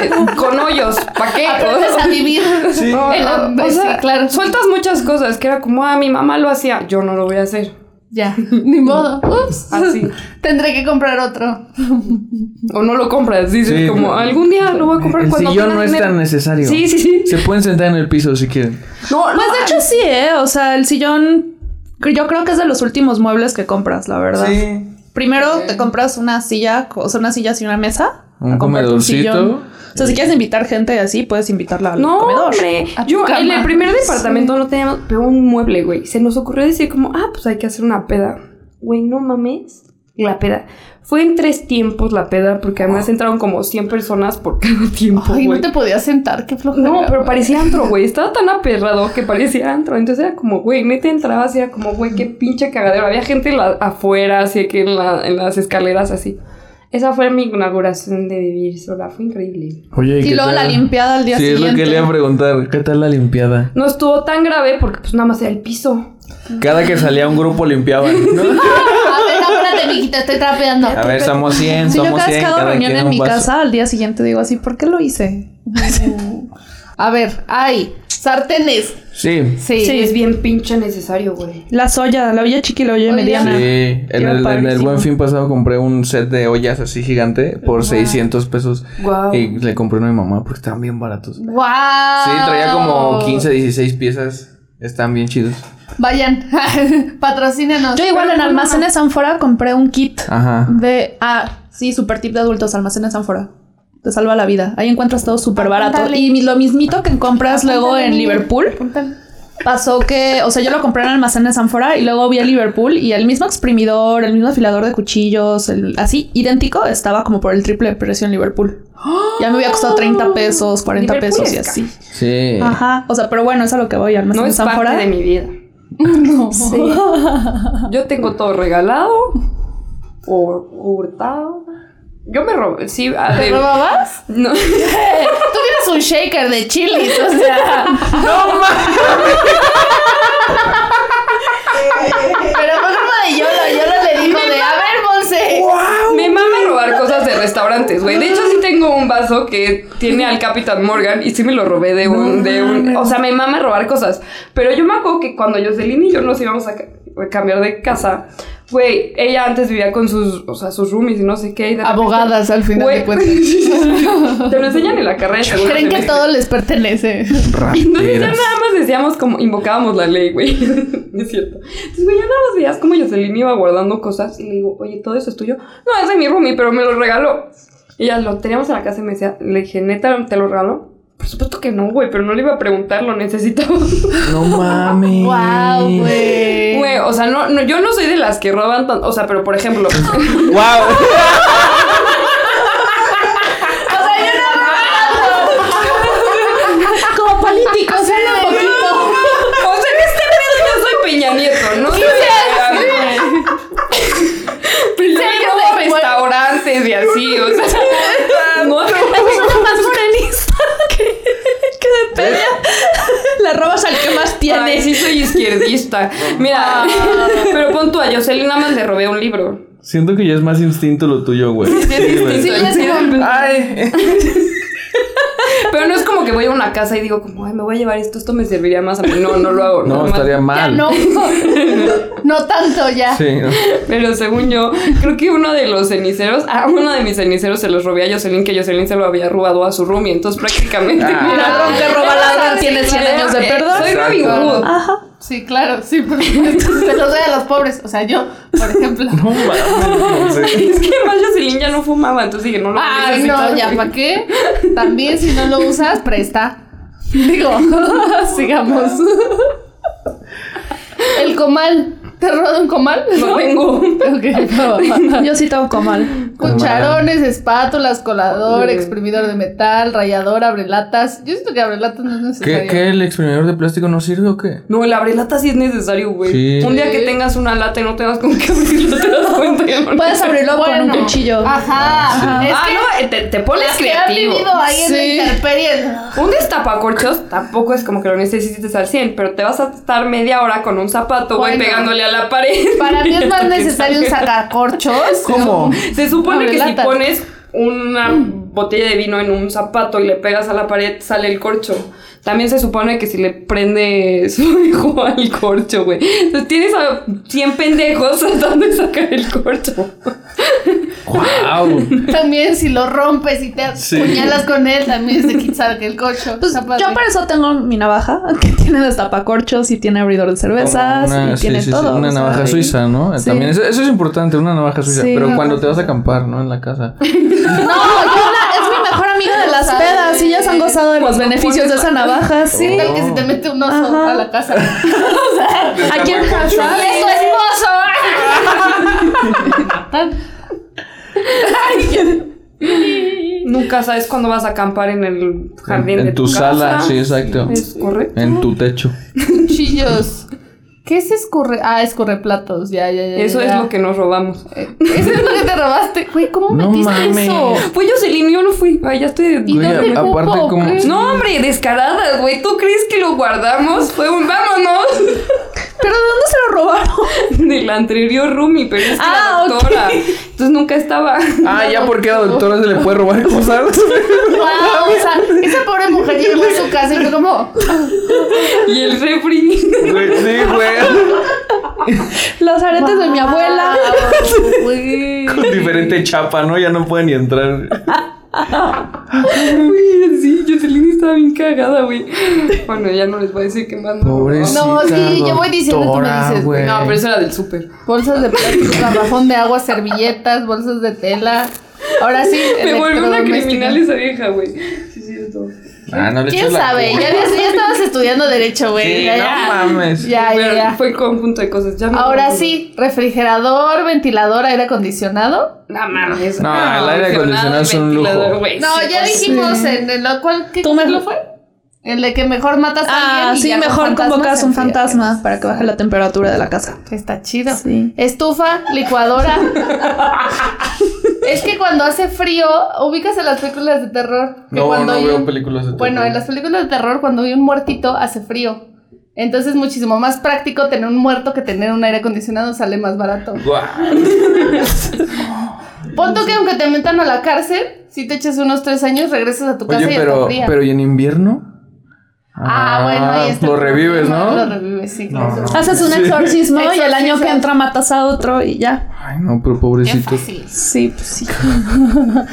mm, con hoyos, ¿para qué? Aprendes a vivir. Sí. O- El o- hambre, o sea, sí, claro. Sueltas muchas cosas que era como, ah, mi mamá lo hacía, yo no lo voy a hacer. Ya, ni modo. Ups. Así. Tendré que comprar otro. O no lo compras, dices Sí. como, algún día lo voy a comprar El cuando sillón tenga no es dinero". tan necesario. Sí, sí, sí. Se pueden sentar en el piso si quieren. No, no, Pues de hecho sí, ¿eh? O sea, el sillón yo creo que es de los últimos muebles que compras, la verdad. Primero te compras una silla, o sea, una silla y una mesa. Un a comprarte comedorcito. sillón. o sea, si quieres invitar gente así, puedes invitarla al No, comedor. hombre. A tu Yo en cama. el primer departamento no teníamos, pero un mueble, güey. Se nos ocurrió decir como, ah, pues hay que hacer una peda. Güey, no mames. La peda. Fue en tres tiempos la peda, porque además entraron como 100 personas por cada tiempo, Ah. Ay, güey. no te podías sentar, qué flojera. No, pero güey. parecía antro, güey. Estaba tan aperrado que parecía antro. Entonces era como, güey, neta entrabas y era como, güey, qué pinche cagadero. Había gente en la- afuera, así que en, la- en las escaleras, así. Esa fue mi inauguración de vivir sola. Fue increíble. Oye, Y qué luego la tal? limpiada al día Sí, es lo siguiente. que le iba a preguntar. ¿Qué tal la limpiada? No estuvo tan grave porque pues nada más era el piso. Cada que salía un grupo limpiaban. ¿no? A ver, apúrate, miquita, estoy trapeando. A ver, somos 100, Sí, yo somos cada 100. vez que hago cada reunión quien en un mi vaso. casa, al día siguiente digo así, ¿por qué lo hice? A ver, ay, sartenes. Sí. Sí. Sí, es bien pinche necesario, güey. La soya, la olla chiqui, la olla Olla. mediana. Sí, en Iba el, en el padrísimo. buen fin pasado compré un set de ollas así gigante por 600 pesos. Guau. Y le compré uno a mi mamá porque estaban bien baratos. Wow. Sí, traía como 15, 16 piezas. Están bien chidos. Vayan, patrocínenos. Yo igual en Almacenes Ánfora compré un kit Ajá. de... Ah, sí, super tip de adultos, Almacenes Ánfora. Te salva la vida. Ahí encuentras todo súper barato. Apúntale. Y lo mismito que compras luego en Liverpool. Pasó que, o sea, yo lo compré en Almacenes Ánfora y luego vi a Liverpool y el mismo exprimidor, el mismo afilador de cuchillos, el- así, idéntico, estaba como por el triple de precio en Liverpool. Ya me había costado 30 pesos, 40 ¡Ah! Liverpool pesos y es así. Sí. Ajá. O sea, pero bueno, es a lo que voy, No Almacenes es parte Ánfora. de mi vida. Sí. Yo tengo todo regalado o hurtado. Yo me robé, sí, a ¿Te ver, robabas? no. Tú tienes un shaker de chilis, o sea. ¡No mames! Pero fue forma de Yolo. Yolo le dijo de, a ver, Monse. me mama robar cosas de restaurantes, güey. De hecho sí tengo un vaso que tiene al Capitán Morgan y sí me lo robé de un de un, o sea, me mama robar cosas, pero yo me acuerdo que cuando Jocelyn y yo nos íbamos a ca- a cambiar de casa, güey, ella antes vivía con sus, o sea, sus roomies y no sé qué, y de repente- Abogadas al final Güey. de cuentas. Te lo enseñan en la carrera. de seguros Creen en que México. todo les pertenece. Entonces ya Rateras. nada más decíamos como invocábamos la ley, güey. No es cierto. Entonces, güey, ya nada más veías como Jocelyn iba guardando cosas y le digo, oye, ¿todo eso es tuyo? No, es de mi roomie, pero me lo regaló. Y ya lo teníamos en la casa y me decía, le dije, neta, ¿te lo regaló? Por supuesto que no, güey, pero no le iba a preguntar, lo necesitaba. No mames. Guau, güey. Güey, o sea, no, no, yo no soy de las que roban tan- O sea, pero por ejemplo. Guau. Como políticos, un poquito. O sea, en este pedo yo soy Peña Nieto, ¿no? Soy Peña Nieto de recuerdo. restaurantes y así, o sea. No, Una más morenista que, que de Peña. La robas al que más Ay, tienes. sí soy izquierdista. Mira, pero pon tú a Jocelyn, nada más le robé un libro. Siento que ya es más instinto lo tuyo, güey. Sí, güey. Sí, ya sé. Ay. Pero no es como que voy a una casa y digo como, ay, me voy a llevar esto, esto me serviría más a mí. No, no lo hago. nada No, más. estaría Ya mal. no. No tanto ya. Sí, no. Pero según yo, creo que uno de los ceniceros, ah, uno de mis ceniceros se los robé a Jocelyn, que Jocelyn se lo había robado a su roomie. Entonces prácticamente... Ah. Ladrón que roba ladrón tiene 100 años de perdón. Soy Robin Exacto. Hood. Sí, claro, sí, porque se los doy a los pobres. O sea, yo, por ejemplo. No mames. no sé. Es que además Jocelyn ya no fumaba, entonces dije, no lo voy a Ay, necesitar, no, ya, güey. ¿para qué? También si no lo usas, presta. Digo, sigamos. El comal. ¿Te roba un comal? No tengo. Ok, Yo sí tengo comal. Cucharones, espátulas, colador, exprimidor de metal, rallador, abrelatas. Yo siento que abrelatas no es ¿Qué, necesario. ¿Qué? ¿El exprimidor de plástico no sirve o qué? No, el abrelata sí es necesario, güey. Sí. Un día que tengas una lata y no tengas con qué abrirla, te das cuenta. ya no- Puedes abrirlo con un Bueno. cuchillo. Ajá. Es ah, que no, eh, te, te pones las que han creativo. vivido ahí en la Sí. intemperie. Un destapacorchos tampoco es como que lo necesites al 100, pero te vas a estar media hora con un zapato, güey, Bueno. pegándole a la pared. Para mí es más Hasta que necesario un salga. sacacorchos. ¿Cómo? Se supone que si Abrelatas. pones una botella de vino en un zapato y le pegas a la pared, sale el corcho. También se supone que si le prende su hijo al corcho, güey. Entonces tienes a 100 pendejos tratando de sacar el corcho. ¡Wow! También si lo rompes y te Sí. apuñalas con él, también es de quitar que el cocho. Pues Está padre. yo para eso tengo mi navaja, que tiene destapacorchos y tiene abridor de cervezas Como una- y sí, tiene sí, sí, todo. una o sea, navaja y- suiza, ¿no? Eh, Sí. También eso, eso es importante, una navaja suiza. Sí, pero una cuando navaja te vas a acampar, ¿no? En la casa. No, yo la- es mi mejor amiga de las pedas y ellas han gozado de los Cuando beneficios de pones esa navaja, sí. Tal que Oh. si te mete un oso Ajá. a la casa. Aquí en Hashtag. ¡Es tu esposo! Nunca sabes cuándo vas a acampar en el jardín En, de en tu, casa. Este, sala, sí, exacto. Es correcto. En tu techo. Cuchillos. ¿Qué es escorre? Ah, escorreplatos. Ya, ya, ya. Eso ya, es ya. lo que nos robamos. Eso es lo que te robaste. Güey, ¿cómo No metiste mames. eso? Fue Jocelyn, yo no fui. Ay, ya estoy. ¿Y Güey, dónde a- cupo, aparte o como- qué? No, hombre, descaradas, güey. ¿Tú crees que lo guardamos? Fue un vámonos. ¿Pero de dónde se lo robaron? Del anterior Rumi, pero es que Ah, la doctora. Entonces nunca estaba. Ah, ya porque a la doctora se le puede robar cosas. Wow, o sea, esa pobre mujer llegó a su casa y fue como. Y el refri. Güey, sí, güey. Los aretes de mi abuela. Pues Güey. Con diferente chapa, ¿no? Ya no pueden ni entrar. Güey, Sí, Jocelyn estaba bien cagada, güey. Bueno, ya no les voy a decir qué más. no. Pobrecita No, sí, yo voy diciendo, tú me doctora, dices, güey. No, pero eso era del súper. Bolsas de plástico, garrafón de agua, servilletas, bolsas de tela. Ahora sí. Me volvió una electrodomésticos. criminal esa vieja, güey. Sí, es cierto. Ah, no le ¿Quién eches la sabe? culpa. Ya, habías- ya estabas estudiando derecho, güey. Sí, ya, no ya. mames. Ya, ya, Pero ya. Fue el conjunto de cosas. Ya no Ahora no, sí, refrigerador, ventilador, aire acondicionado. No mames. No, el aire acondicionado es un lujo. ventilador, güey, No, sí, ya pues, dijimos en el lo cual ¿qué Tú me- lo fue? El de que mejor matas a alguien. Ah, y sí, ya con mejor fantasmas convocas se un enfría. fantasma para que baje la temperatura de la casa. Está chido. Sí. Estufa, licuadora. es que cuando hace frío, ubicas en las películas de terror. que No, cuando no hay veo un- películas de Bueno, terror. en las películas de terror, cuando hay un muertito, hace frío. Entonces es muchísimo más práctico tener un muerto que tener un aire acondicionado, sale más barato. Guau. Pon tú que aunque te metan a la cárcel, si te echas unos tres años, regresas a tu casa Oye, y pero, está fría. pero ¿y en invierno? Ah, bueno, ahí está. Lo revives, ¿no? Lo revives, sí. No, claro. no. Haces un Sí. exorcismo y el año que Exorcismo. entra matas a otro y ya. Ay, no, pero Qué pobrecito. fácil. Sí, pues sí.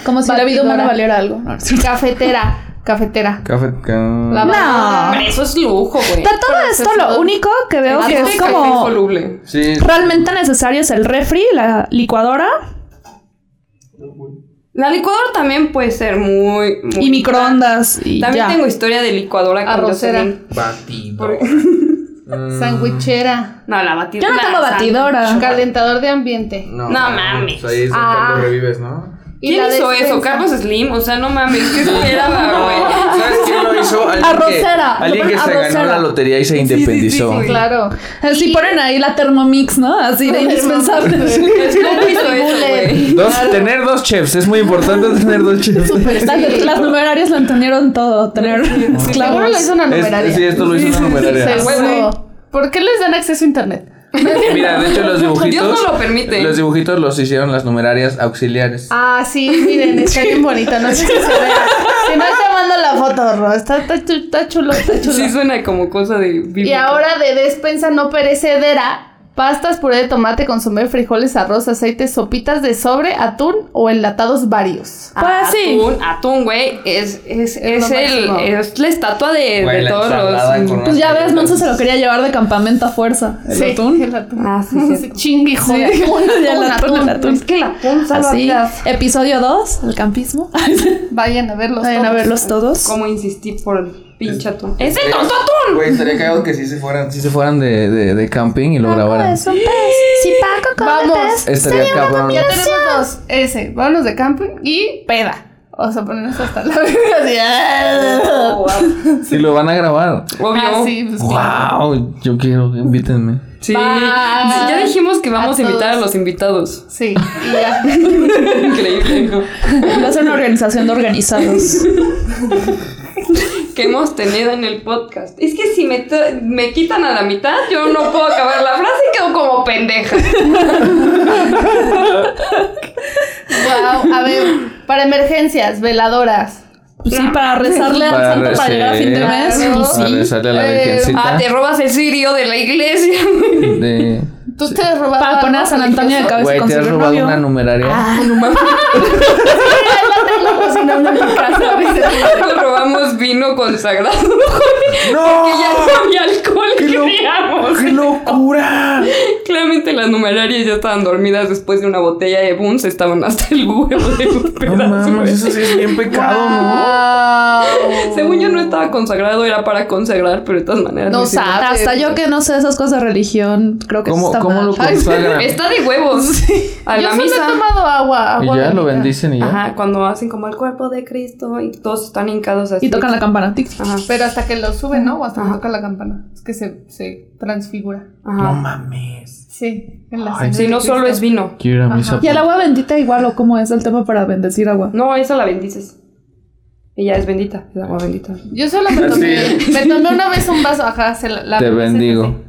Como si la vida Batidora. humana valiera algo. No, no es cierto. Cafetera, cafetera. Café. ca- Lavadora. Hombre, eso es lujo, güey. De todo esto, lo único que veo que Aparte, es café como insoluble. Sí. realmente necesario es el refri, la licuadora La licuadora también puede ser muy. muy- y microondas. Y También ya. tengo historia de licuadora con Arrocera. Jocelyn. Batido. Mm, Sandwichera. No, la batidora. Yo no tengo la sal- batidora. Calentador de ambiente. No, No mames. Ahí es donde Ah. lo revives, ¿no? ¿Quién la hizo despensa. eso? Carlos Slim. O sea, no mames. ¿Qué esperaba, güey? ¿Sabes quién lo hizo? Alguien Arrocera. Que, alguien que se ganó Arrocera. la lotería y se independizó. sí. Claro. Así Ah, Eh, ponen ahí la Thermomix, ¿no? Así de indispensable. ¿Cómo hizo eso, güey? Dos, Tener dos chefs, es muy importante tener dos chefs. Las, las numerarias lo entendieron todo, tener Seguro lo esclavos. hizo una Es- numeraria. sí, esto lo hizo una numeraria. Seguro. ¿Por qué les dan acceso a internet? Mira, de hecho los dibujitos. Dios no lo permite. Los dibujitos los hicieron las numerarias auxiliares. Ah, sí, miren, está bien bonito. No sé si se vea. Si no, te mando la foto, Ro. Está, está chu- está chulo, está chulo. Sí, suena como cosa de. y bíblica. ahora de despensa no perecedera. Pastas, puré de tomate, consomé, frijoles, arroz, aceite, sopitas de sobre, atún o enlatados varios. Pues sí. Ah, Atún, atún, güey. Es, es, es, lo el, máximo. es la estatua de, Güey, de la todos ensalada con los. Mm, unas Pues ya ves, galletas. Monza se lo quería llevar de campamento a fuerza. El Sí, atún. El atún. Ah, sí, sí. Chingue, joder. Sí. Atún, El atún, atún, el atún. Es que la punza Así. lo Episodio 2, el campismo. Vayan a verlos. Vayan a todos. verlos todos. ¿Cómo insistí por Pinche atún. ¡Ese tonto atún! Güey, estaría cagado que si se fueran, si se fueran de, de, de camping y lo Ah, grabaran. un pez. pues. Si Paco come Vamos. pez, Estaría sería una cabrón. comida. Ya tenemos dos. Ese, vámonos de camping y peda. O sea, ponernos hasta la verga Si lo van a grabar. Obvio. sí, pues claro. Wow, yo quiero, invítenme. Sí. Bye. Ya dijimos que vamos A a, invitar a todos. los invitados. Sí, y ya. Increíble. ¿no? Va a ser una organización de organizados. Que hemos tenido en el podcast. Es que si me, tra- me quitan a la mitad, yo no puedo acabar la frase y quedo como pendeja. Wow, a ver, para emergencias, veladoras. Pues Sí, para rezarle al Para santo para llegar a fin de mes. rezar. pues Para sí. rezarle a la Eh, Ah, virgencita. te robas el cirio de la iglesia. de- ¿Tú te has robado Para poner a algo San Antonio de religioso? cabeza Güey, con te su has robado novio. una numeraria. Ahí la tengo cocinando en mi casa, dice. Nos robamos vino consagrado. ¡No! Que ya no había alcohol ¡Qué que loco! digamos. ¡Qué locura! Claramente las numerarias ya estaban dormidas después de una botella de Buns. Estaban hasta el huevo de un pedazo, güey. No mames, eso sí es bien pecado, ¿no? Wow. Según yo no estaba consagrado, era para consagrar, pero de todas maneras. No lo hicieron. sabe. Hasta yo que no sé esas cosas de religión, creo que eso ¿Cómo, está cómo mal. lo consagran? Está de huevos. A Yo la solo he misa. tomado agua. Y agua ya bendita. lo bendicen y ya. Ajá, cuando hacen como el cuerpo de Cristo y todos están hincados así. Y tocan la campana. Tic, tic. Ajá, Pero hasta que lo suben, ¿no? O hasta que Ajá. toca la campana. Es que se, se transfigura. No ajá. mames. Sí, en la Ay, sangre Si de no solo es Cristo. vino. Quiero ir a misa. Y el agua bendita igual, o cómo es el tema para bendecir agua. No, esa la bendices. Ella es bendita, el agua bendita. Yo solo me tomé, me tomé una vez un vaso. Ajá, se la, la- Te se- bendigo.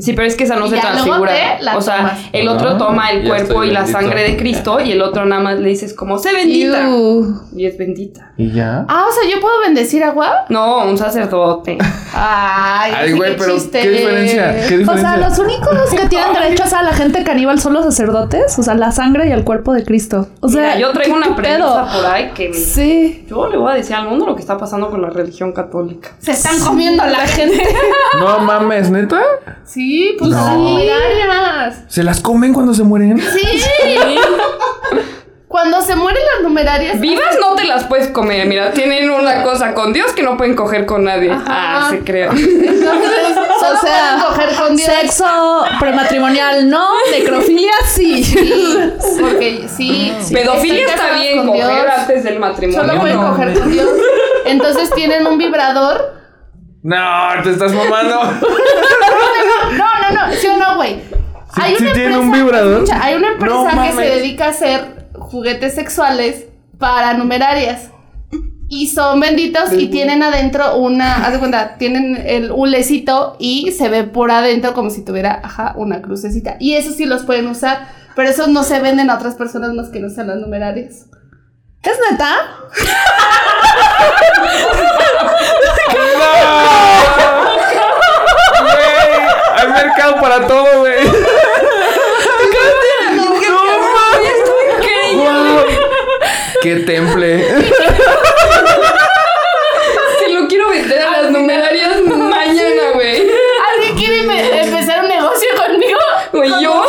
Sí, pero es que esa no Y se ya luego transfigura. te la O sea, tomas. el otro Ah, toma el ya cuerpo y estoy la bendito. sangre de Cristo y el otro nada más le dices como se bendita. uh, Iu. Y es bendita. ¿Y ya? Ah, o sea, ¿yo puedo bendecir agua? No, un sacerdote. Ay, Ay, sí, güey, pero chiste. ¿qué diferencia? ¿Qué O sea, diferencia? los únicos que tienen derechos a la gente caníbal son los sacerdotes, o sea, la sangre y el cuerpo de Cristo. O sea, Mira, yo traigo ¿qué- una qué pedo? premisa por ahí que me- Sí. yo le voy a decir al mundo lo que está pasando con la religión católica. Se están comiendo a la gente. No mames, ¿neta? Sí, pues No. las numerarias. ¿Se las comen cuando se mueren? Sí. Cuando se mueren las numerarias. Vivas no te las puedes comer, mira, tienen una cosa con Dios que no pueden coger con nadie. Ajá. Ah, se crea. entonces, solo O sea, pueden coger con Dios. Sexo prematrimonial no, necrofilia sí. Sí, porque sí. Pedofilia están está casadas bien con coger Dios. antes del matrimonio. Solo pueden no, coger con Dios. Entonces tienen un vibrador. No, te estás mamando. No, no, no, yo no, güey. Sí, sí tiene un vibrador. escucha, hay una No empresa que se mames. dedica a hacer juguetes sexuales para numerarias. Y son benditos y tienen adentro una. Haz de cuenta, tienen el hulecito y se ve por adentro como si tuviera, ajá, una crucecita. Y esos sí los pueden usar, pero esos no se venden a otras personas más que no sean las numerarias. ¿Es neta? ¡No! Güey, hay mercado para todo, güey. Wow. ¡Qué temple! Se lo quiero vender a las numerarias mañana, güey. ¿Alguien quiere me- empezar un negocio conmigo? Güey, yo.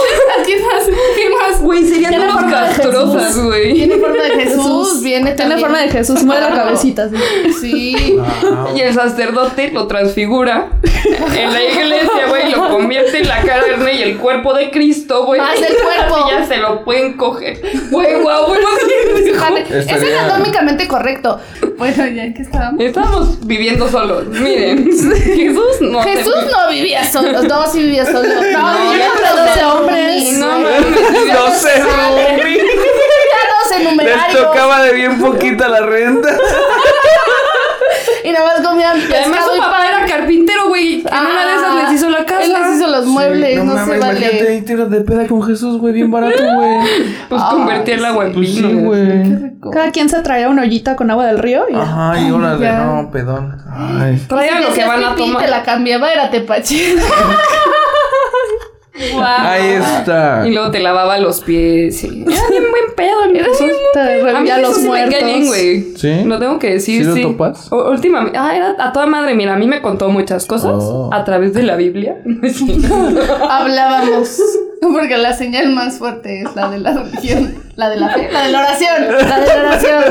¿Quién más? ¿Quién más? Güey, serían Tiene unas forma de castrosas, Jesús. güey. Tiene forma de Jesús, viene Tiene también. forma de Jesús, mueve la cabecita. sí. Sí. Y el sacerdote lo transfigura en la iglesia, güey, lo convierte en la carne y el cuerpo de Cristo, güey. Más el Ah, cuerpo. Y ya se lo pueden coger. Güey, guau, güey, no entiendes, Vale, güey. Es Estaría- anatómicamente correcto. Bueno, ya en que estábamos. Estamos viviendo solos. Miren, Jesús no. te- Jesús no vivía solo. No, sí vivía solo. No, vivía no, con no, 12 no, hombres. No No, mames. No sé, Rumi. Vivía 12 Les numerarios. tocaba de bien poquita la renta. Y nada más comían Y además pescado su y papá pan. era carpintero, güey. En una de esas les hizo la casa. Ah, Él les hizo los muebles, no, se imagínate vale. ahí tiras de peda con Jesús, güey, bien barato, güey. Pues convertí el agua en Pues sí, vino. güey. Cada quien se traía una ollita con agua del río y ya. Ajá, y órale, no, pedón. Ay. Traigan lo que Pues Decías van a pipí, tomar. Te la cambiaba, era tepache. Ahí está. Y luego te lavaba los pies. y- Era bien buen pedo, el Jesús. te A mí revivía a Jesús los sí me muertos. cae bien, güey. ¿Sí? Lo tengo que decir, ¿Eh? ¿Sí sí. lo topas? U- Últimamente, ah, era a toda madre, mira, a mí me contó muchas cosas Oh. a través de la Biblia. Sí. Hablábamos. Porque la señal más fuerte es la de la religión. La de la fe. La de la oración. La de la oración.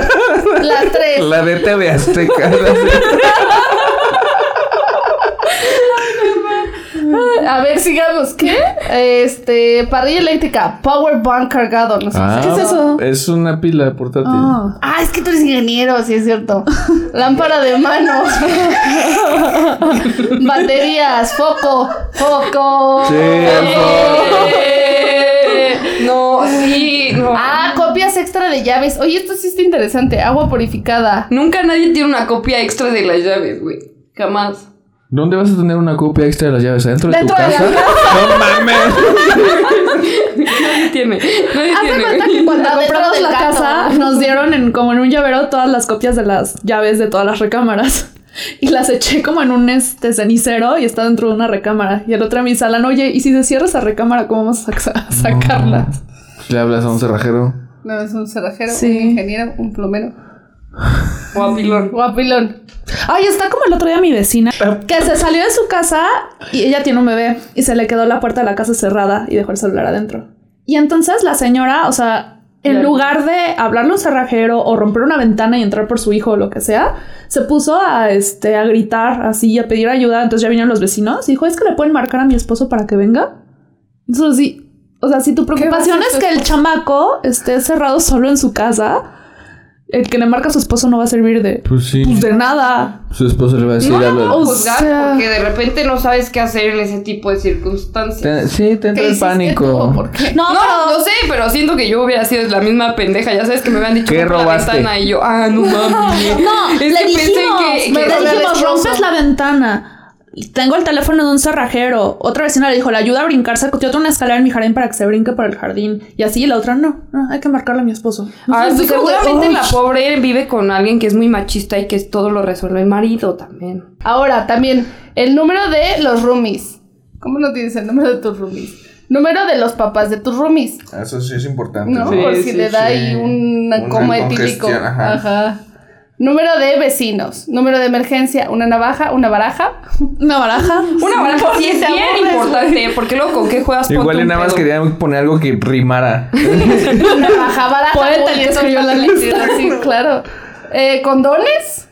Las tres. La de TV Azteca. A ver, sigamos. ¿Qué? Este, parrilla eléctrica, power bank cargado, no sé. Ah, ¿Qué es eso? Es una pila portátil. Ah, es que tú eres ingeniero, sí es cierto. Lámpara de mano. Baterías, foco, foco. Eh. Sí, el foco. No, sí, no. Ah, copias extra de llaves. Oye, esto sí está interesante. Agua purificada. Nunca nadie tiene una copia extra de las llaves, güey. Jamás. ¿Dónde vas a tener una copia extra de las llaves? ¿Adentro de tu Dentro de la casa? ¡No mames! Nadie tiene. Nadie Hazte tiene. cuenta güey. que cuando Adentro compramos del la gato. casa nos dieron en, como en un llavero todas las copias de las llaves de todas las recámaras. Y las eché como en un este, cenicero y está dentro de una recámara. Y el otro a mi sala, oye, ¿y si se cierra esa recámara, cómo vamos a, sa- a sacarla? Le hablas a un cerrajero. No, es un cerrajero, Sí. un ingeniero, un plomero. Guapilón. Guapilón. Ay, está como el otro día mi vecina, Ah. que se salió de su casa y ella tiene un bebé y se le quedó la puerta de la casa cerrada y dejó el celular adentro. Y entonces la señora, o sea, en Ya. lugar de hablarle a un cerrajero o romper una ventana y entrar por su hijo o lo que sea, se puso a, este, a gritar así y a pedir ayuda. Entonces ya vinieron los vecinos y dijo, es que le pueden marcar a mi esposo para que venga. Entonces sí, o sea, si tu preocupación va a es hacer que tu el chamaco esté cerrado solo en su casa, el que le marca a su esposo no va a servir de... Pues sí. Pues de nada. Su esposo le va a decir No la algo. puedo O juzgar sea- porque de repente no sabes qué hacer en ese tipo de circunstancias. Te- sí, te entra ¿Qué el hiciste pánico. tú? ¿Por qué? No, No, no sé, pero siento que yo hubiera sido la misma pendeja. Ya sabes que me habían dicho ¿Qué "Compra la robaste? ventana y yo, ah, no mames. No, Es le que pensé dijimos, que- me- le que- dijimos, Roberto rompes Rosso. la ventana. Tengo el teléfono de un cerrajero. Otra vecina le dijo, le ayuda a brincarse. Yo tengo una escalera en mi jardín para que se brinque por el jardín. Y así, y la otra, no, no, hay que marcarle a mi esposo. Ah, Entonces, pues dije, güey, seguramente ay. la pobre vive con alguien que es muy machista y que todo lo resuelve el marido también. Ahora, también, el número de los roomies. ¿Cómo no tienes el número de tus roomies? Número de los papás de tus roomies, Eso sí es importante. ¿no? Sí, Por si sí, le da sí. ahí una, Una coma congestión, etílico. ajá. Ajá. Número de vecinos. Número de emergencia, una navaja, una baraja. Una baraja. Una baraja sí es bien importante, porque luego con qué juegas Ponte Igual y un nada más pedo. querían poner algo que rimara. Una navaja, baraja. muy Poeta el que eso escribió la para lista. Sí, claro. Eh, ¿Condones?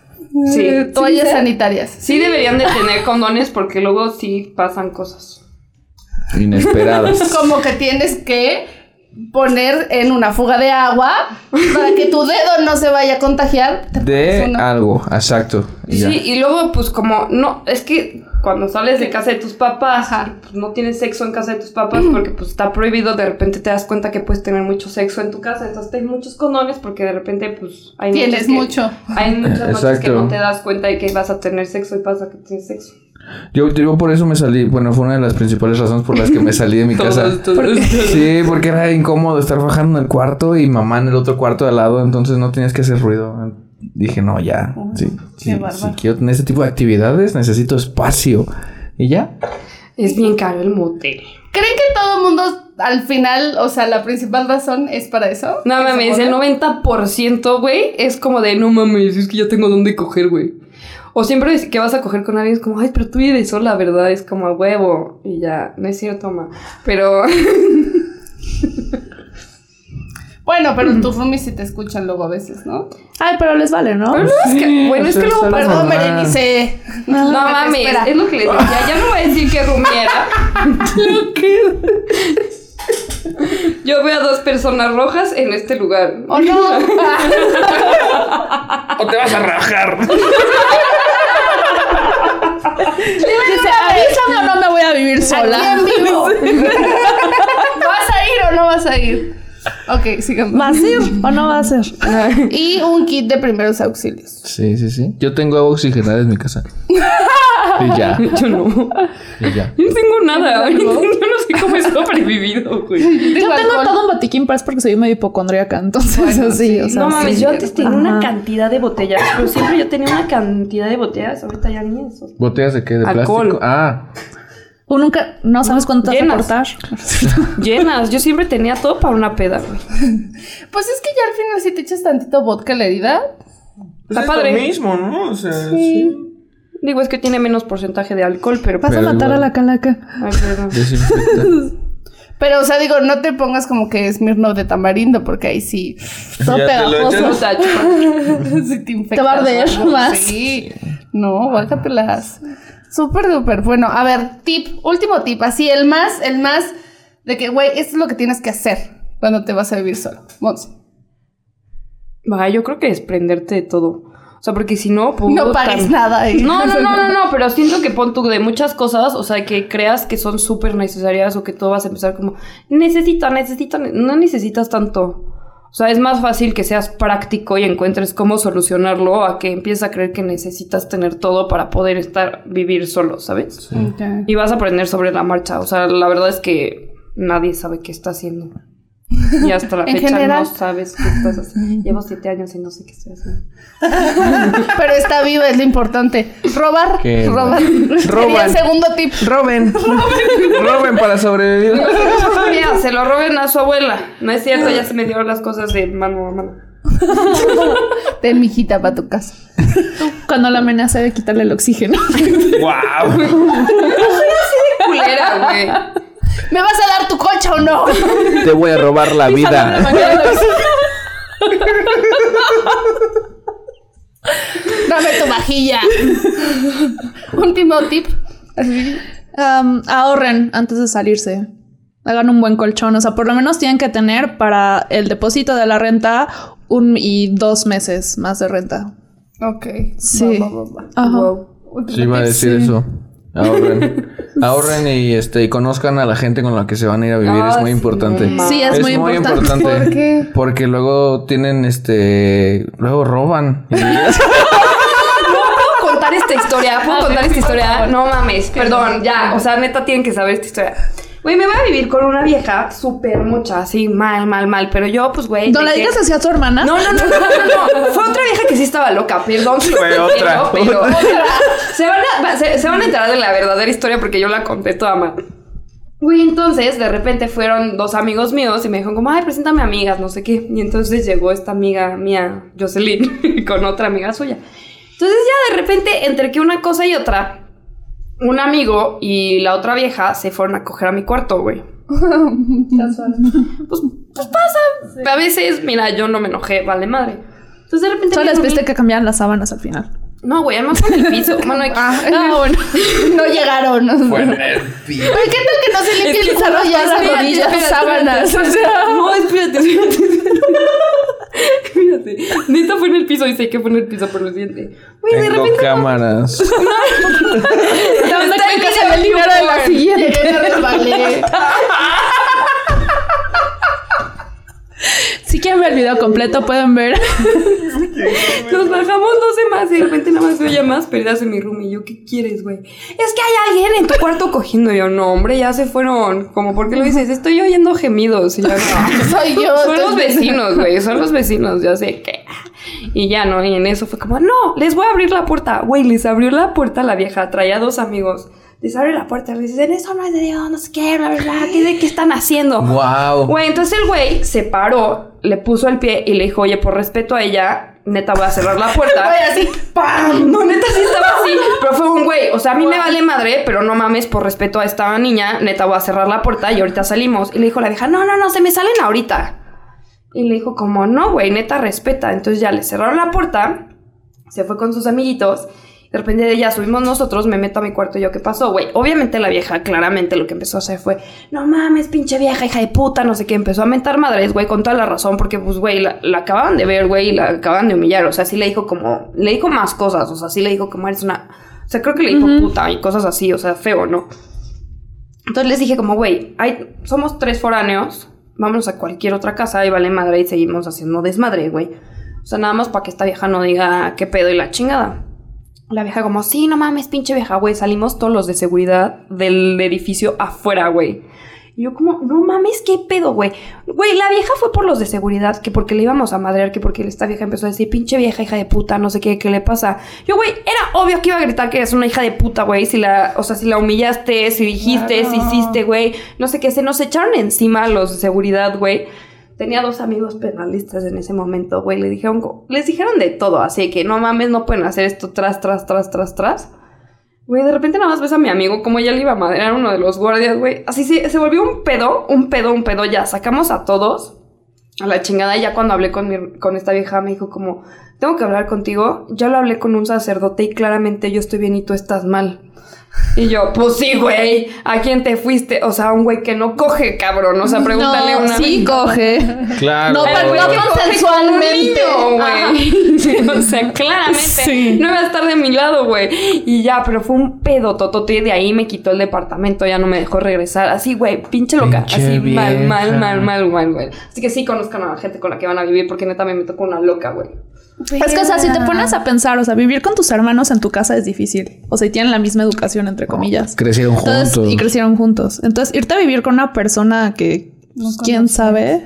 Sí. Eh, toallas sanitarias. Sí deberían de tener condones porque luego sí pasan cosas. Inesperadas. Como que tienes que poner en una fuga de agua para que tu dedo no se vaya a contagiar. Te pones De uno. algo, exacto. y ya. Sí, y luego pues como no, es que cuando sales de casa de tus papás, pues no tienes sexo en casa de tus papás porque pues está prohibido, de repente te das cuenta que puedes tener mucho sexo en tu casa, entonces tienes muchos condones porque de repente pues hay noches Tienes que- mucho. Hay muchas noches que Exacto. no te das cuenta de que vas a tener sexo y pasa que tienes sexo. Yo, yo por eso me salí, bueno, fue una de las principales razones por las que me salí de mi casa. Sí, porque era incómodo estar bajando en el cuarto y mamá en el otro cuarto de al lado, entonces no tenías que hacer ruido. Dije, no, ya. sí, sí, si quiero tener este tipo de actividades, necesito espacio. Y ya. Es bien caro el motel. ¿Creen que todo el mundo al final, o sea, la principal razón es para eso? No mames, el 90%, güey, es como de no mames, es que ya tengo dónde coger, güey. O siempre es que vas a coger con alguien es como, ay, pero tú vives sola, ¿verdad? Es como a huevo. Y ya, no es cierto, ma. Pero Bueno, pero tus roomies sí te escuchan luego a veces, ¿no? Ay, pero les vale, ¿no? es que, bueno, Pues es que luego Perdón, me Berenice. No Lo que te mames, espera. es lo que les decía. Ya no voy a decir que rumiera. Yo veo a dos personas rojas en este lugar. ¿O no? O te vas a rajar. Dice, avísame o no me voy a vivir Aquí sola. en vivo. ¿Vas a ir o no vas a ir? Ok, sigamos. ¿Vas a ir o no vas a ir? Y un kit de primeros auxilios. Sí, sí, sí. Yo tengo agua oxigenada en mi casa. Y ya. Yo no. Y ya. Yo no tengo nada. Yo no sé cómo he sobrevivido, güey. Yo tengo alcohol. todo un botiquín, pero es porque soy medio hipocondríaca, entonces así, o sea, No mames, sí. yo antes tenía una Ajá. cantidad de botellas, pero siempre yo tenía una cantidad de botellas, ahorita ya ni eso. ¿Botellas de qué? ¿De Alcohol. plástico? Ah. O nunca, no sabes cuánto te vas a Llenas. aportar. Llenas, yo siempre tenía todo para una peda, güey. Pues es que ya al final si te echas tantito vodka a la herida. Está padre. Pues mismo, ¿no? O sea, Digo, es que tiene menos porcentaje de alcohol, pero... Vas a Pero matar igual. a la calaca. Ay, perdón. Pero, o sea, digo, no te pongas como que es de tamarindo, porque ahí sí. Todo Ya te lo pegajoso. O sea, chupa. si te infectas. va a arder o algo, más. Sí. No, guácatelas. Súper duper. Bueno, a ver, tip, último tip, así el más, el más de que, güey, esto es lo que tienes que hacer cuando te vas a vivir solo. Monse. Va, yo creo que desprenderte de todo. O sea, porque si no, pues. No pagues nada ahí. No, no, no, no, no, pero siento que pon tú de muchas cosas, o sea, que creas que son súper necesarias o que tú vas a empezar como, necesito, necesito, ne-". no necesitas tanto. O sea, es más fácil que seas práctico y encuentres cómo solucionarlo a que empieces a creer que necesitas tener todo para poder estar, vivir solo, ¿sabes? Y vas a aprender sobre la marcha. O sea, la verdad es que nadie sabe qué está haciendo. Y hasta la En fecha general. no sabes qué estás haciendo. Llevo siete años y no sé qué estoy haciendo. Pero está viva, es lo importante. Robar, Qué robar. Sería el segundo tip. Roben. Roben para sobrevivir. Mira, se lo roben a su abuela. No es cierto, ya se me dieron las cosas de mano a mano. Ten mi hijita para tu casa. Cuando la amenaza de quitarle el oxígeno. ¡Wow! Culera, güey. ¿Me vas a dar tu colcha o no? Te voy a robar la vida. Dame tu vajilla. Último tip. Am, Um, ahorren antes de salirse. Hagan un buen colchón. O sea, por lo menos tienen que tener para el depósito de la renta un y dos meses más de renta. Ok. Sí. Va, va, va, va. Ajá. Sí, iba a decir Sí. eso. Ahorren. Ahorren y, este, y conozcan a la gente con la que se van a ir a vivir. Ah, es muy sí, importante. no Sí, es, muy, importante. ¿Por qué? Porque luego tienen este. Luego roban. ¿Puedo contar esta historia? ¿Puedo contar esta historia? No mames, perdón, ya. O sea, neta, tienen que saber esta historia. Güey, me voy a vivir con una vieja súper mucha, así, mal, mal, mal. Pero yo, pues, güey. ¿No de la que- digas así a tu hermana? No, no, no, no, no, no. Fue otra vieja que sí estaba loca. Perdón si lo Fue estoy otra. diciendo, pero se van, a, va- se, se van a enterar de la verdadera historia porque yo la conté toda mal. Güey, entonces de repente fueron dos amigos míos y me dijeron como, ay, preséntame amigas, no sé qué. Y entonces llegó esta amiga mía, Jocelyn, con otra amiga suya. Entonces ya de repente, entre que una cosa y otra, un amigo y la otra vieja se fueron a coger a mi cuarto, güey. pues, pues pasa. A veces, mira, yo no me enojé, vale madre. Entonces de repente... Solo me les dijo pediste mi- que cambiaran las sábanas al final. No, güey, además fue en el piso. Bueno, aquí- bueno. No llegaron. Pero qué tal que no se limpie el desarrollo de las Espérate, rodillas, espérate, sábanas. espérate, espérate. no, espérate, espérate. espérate. Espérate. Neta fue en el piso y sé que fue en el piso por lo siguiente. Güey, de Tengo repente. cámaras. Está en que video se ve el dinero de la newborn. siguiente. Yo me resbalé. Si quieren ver el video completo, pueden ver. Nos bajamos no sé más y de repente nada más se oye más perdidas en mi room. Y yo, ¿qué quieres, güey? Es que hay alguien en tu cuarto cogiendo. Y yo, no, hombre, ya se fueron. Como, ¿por qué lo dices? Estoy oyendo gemidos. Y yo, no. Soy yo. Son los entonces- vecinos, güey. Son los vecinos, ya sé que. Y ya, ¿no? Y en eso fue como, no, les voy a abrir la puerta. Güey, les abrió la puerta la vieja. Traía dos amigos. Les abre la puerta. Les dicen, eso no es de Dios, no sé qué, bla, bla, bla. ¿Qué, de, qué están haciendo? ¡Wow! Güey, entonces el güey se paró, le puso el pie y le dijo, oye, por respeto a ella, neta voy a cerrar la puerta. Güey, así, ¡pam! No, neta sí estaba así, pero fue un güey. O sea, a mí me vale madre, pero no mames, por respeto a esta niña, neta voy a cerrar la puerta y ahorita salimos. Y le dijo la vieja, no, no, no, se me salen ahorita. Y le dijo como, no, güey, neta respeta. Entonces ya le cerraron la puerta, se fue con sus amiguitos. De repente de ella subimos nosotros, me meto a mi cuarto y yo, ¿qué pasó, güey? Obviamente la vieja, claramente lo que empezó a hacer fue, no mames, pinche vieja, hija de puta, no sé qué. Empezó a mentar madres, güey, con toda la razón, porque, pues, güey, la, la acababan de ver, güey, y la acababan de humillar. O sea, sí le dijo como, le dijo más cosas, o sea, sí le dijo como eres una... O sea, creo que le dijo puta y cosas así, o sea, feo, ¿no? Entonces les dije como, güey, hay- somos tres foráneos, vámonos a cualquier otra casa y vale madre y seguimos haciendo desmadre, güey. O sea, nada más para que esta vieja no diga qué pedo y la chingada. La vieja como, sí, no mames, pinche vieja, güey. Salimos todos los de seguridad del edificio afuera, güey. Y yo como, no mames, qué pedo, güey. Güey, la vieja fue por los de seguridad, que porque le íbamos a madrear, que porque esta vieja empezó a decir, pinche vieja, hija de puta, no sé qué, qué le pasa. Yo, güey, era obvio que iba a gritar que eres una hija de puta, güey. Si la, o sea, si la humillaste, si dijiste, si hiciste, güey. No sé qué, se nos echaron encima los de seguridad, güey. Tenía dos amigos penalistas en ese momento, güey. Le dijeron, co- les dijeron de todo, así que no mames, no pueden hacer esto tras, tras, tras, tras, tras. Güey, de repente nada más ves a mi amigo como ya le iba a madrear uno de los guardias, güey. Así se, se volvió un pedo, un pedo, un pedo. Ya sacamos a todos a la chingada. Y ya cuando hablé con, mi- con esta vieja me dijo como, tengo que hablar contigo. Ya lo hablé con un sacerdote y claramente yo estoy bien y tú estás mal. Y yo, pues sí, güey, ¿a quién te fuiste? O sea, un güey que no coge, cabrón. O sea, pregúntale no, una sí vez. coge. Claro. No, Pero pero- no que coge consensualmente. con un niño, güey. o sea, claramente Sí. no iba a estar de mi lado, güey. Y ya, pero fue un pedo totote. De ahí me quitó el departamento, ya no me dejó regresar. Así, güey, pinche loca. Pinche Así, mal, vieja. mal, mal, mal, mal, güey. Así que sí conozcan a la gente con la que van a vivir, porque neta me tocó una loca, güey. Es que, o sea, si te pones a pensar, o sea, vivir con tus hermanos en tu casa es difícil. O sea, y tienen la misma educación, entre comillas. Crecieron Entonces, juntos. y crecieron juntos. Entonces, irte a vivir con una persona que quién sabe.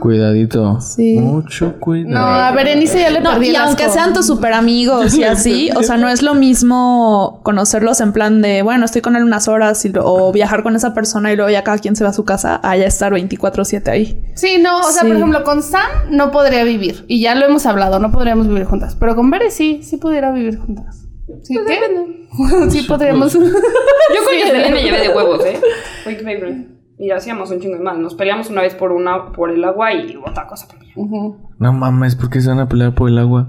Cuidadito. Sí. Mucho No, cuidado. a Berenice ya le No, perdí y el aunque asco. sean tus super amigos y así, o sea, no es lo mismo conocerlos en plan de, bueno, estoy con él unas horas y lo- o viajar con esa persona y luego ya cada quien se va a su casa, a ya estar 24/7 ahí. Sí, no, o sea, Sí. por ejemplo, con Sam no podría vivir. Y ya lo hemos hablado, no podríamos vivir juntas. Pero con Bere sí, sí pudiera vivir juntas. ¿Sí Pues qué? sí podríamos. Yo con Yasmín me llevé de huevos, ¿eh? Fue increíble. Y hacíamos un chingo de más. Nos peleamos una vez por una por el agua y otra cosa por ella. Ujú. No mames, ¿por qué se van a pelear por el agua?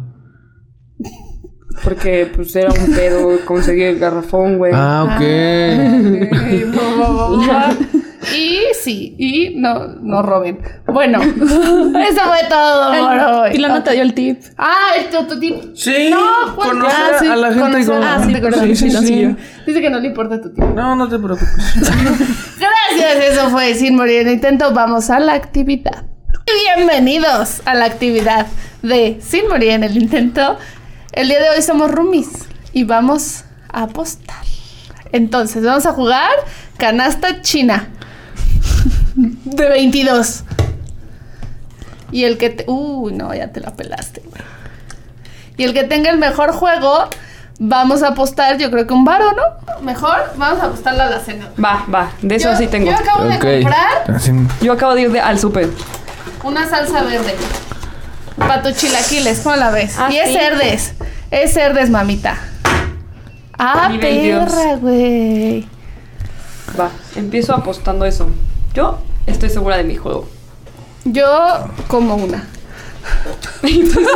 Porque pues era un pedo conseguir el garrafón, güey. Ah, ok. y sí, y no, no roben. Bueno, eso fue todo por hoy. Y la no te dio el tip. Ah, el tototip. Sí. No, Juan, conocer ah, sí, a la gente conocer a con- la gente con- Sí, sí, sí, sí. sí. Dice que no le importa tu tiempo. No, no te preocupes. Gracias, eso fue Sin Morir en Intento. Vamos a la actividad. Y Bienvenidos a la actividad de Sin Morir en el Intento. El día de hoy somos roomies y vamos a apostar. Entonces, vamos a jugar canasta china de 22. Y el que... Te... Uy, no, ya te la pelaste. güey. Y el que tenga el mejor juego, vamos a apostar, yo creo que un varo, ¿no? Mejor, vamos a apostarla a la cena. Va, va, de eso Yo- sí tengo. Yo acabo Ok. de comprar Así- Yo acabo de ir de- al súper. una salsa verde para tus chilaquiles. ¿Cómo la ves? Ah, y es sí. cerdes. Es cerdes, mamita. Ah, Nivel Dios. perra, güey. Va, empiezo apostando eso. Yo estoy segura de mi juego. Yo como una. Entonces,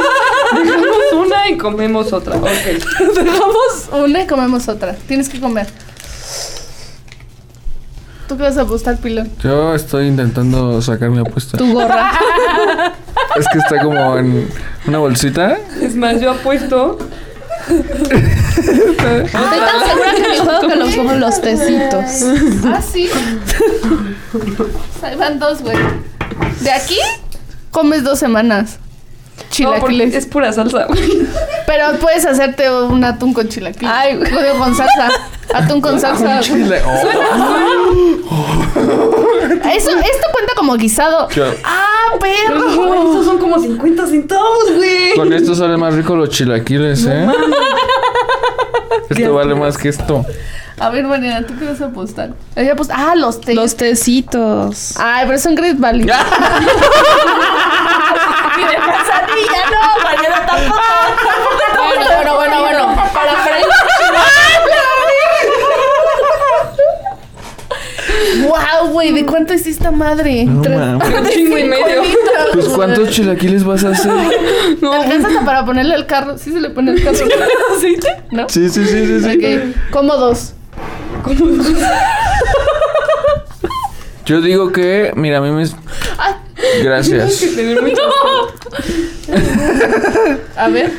dejamos una y comemos otra. Ok. Dejamos una y comemos otra. Tienes que comer. ¿Tú qué vas a apostar, pilón? Yo estoy intentando sacar mi apuesta. Tu gorra. Es que está como en una bolsita. Es más, yo apuesto. Estoy tan segura que mi juego que los como los tecitos. Ah, sí. Ahí van dos, güey. De aquí comes dos semanas. No, porque Chilaquiles. es pura salsa. Pero puedes hacerte un atún con chilaquiles. Ay, güey. Con salsa. Atún con salsa. Y le- oh, Eso, esto cuenta como guisado. Claro. Ah, perro. Estos son como 50 centavos, güey. Con esto sale más rico los chilaquiles, ¿eh? Esto vale más que esto. A ver, Mariana, ¿tú qué vas a apostar? Yo voy a apostar- ah, los té. Los tecitos. Ay, pero son Great Valley. Bueno, bueno, bueno, bueno. Para wow, güey, ¿de cuánto es esta madre? Tres- Un chingo y medio. Pues ¿cuántos chilaquiles vas a hacer? ¿Te alcanza hasta para ponerle el carro? Sí se le pone el carro. ¿No? Sí, sí, sí, sí, sí. Ok, como dos. Yo digo que, mira, a mí me... Ay. Gracias. Tener mucho A ver.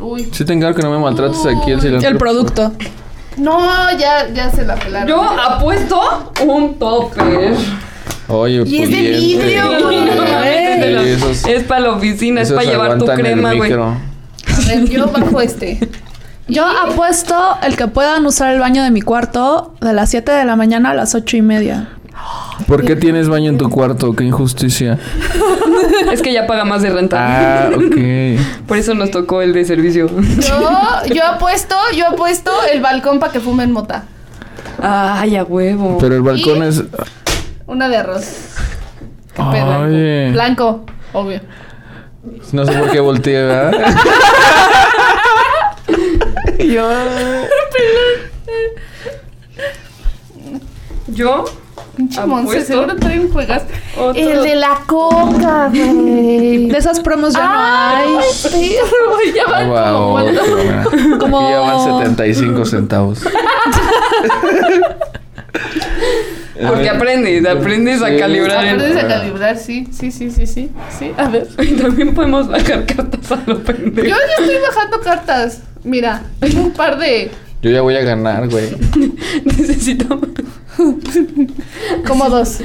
Uy. Sí te encargo que no me maltrates aquí el cilantro. El producto. No, ya, ya se la pelaron. Yo apuesto un topper. Oye, Y es de pudiente. vidrio, Sí, esos- Es para la oficina, es esos para llevar tu aguantan el crema, güey. micro. A ver, yo bajo este. Yo apuesto el que puedan usar el baño de mi cuarto de las 7 de la mañana a las 8 y media. ¿Por qué tienes baño en tu cuarto? ¡Qué injusticia! Es que ya paga más de renta. Ah, ok. Por eso nos tocó el de servicio. Yo, yo apuesto, yo apuesto el balcón para que fumen mota. Ay, a huevo. Pero el balcón Y- es... Una de arroz. Qué pedo. Oye, Blanco, obvio. no sé por qué volteé, ¿verdad? Yo pinche Monse, Apuesto. seguro trae un juegazo. Otro. El de la coca, güey. De esas promos ya Ah. no hay. perro, ya van como Ah, Wow, cuatro. Como- Aquí ya van 75 centavos. Porque aprendes, aprendes a Eh, Sí. calibrar. el- Aprendes a calibrar, sí, sí, sí, sí, sí. Sí, a ver. Y también podemos bajar cartas a lo pendejo. Yo ya estoy bajando cartas. Mira, tengo un par de. Ah, Yo ya voy a ganar, güey. Necesito. Como dos.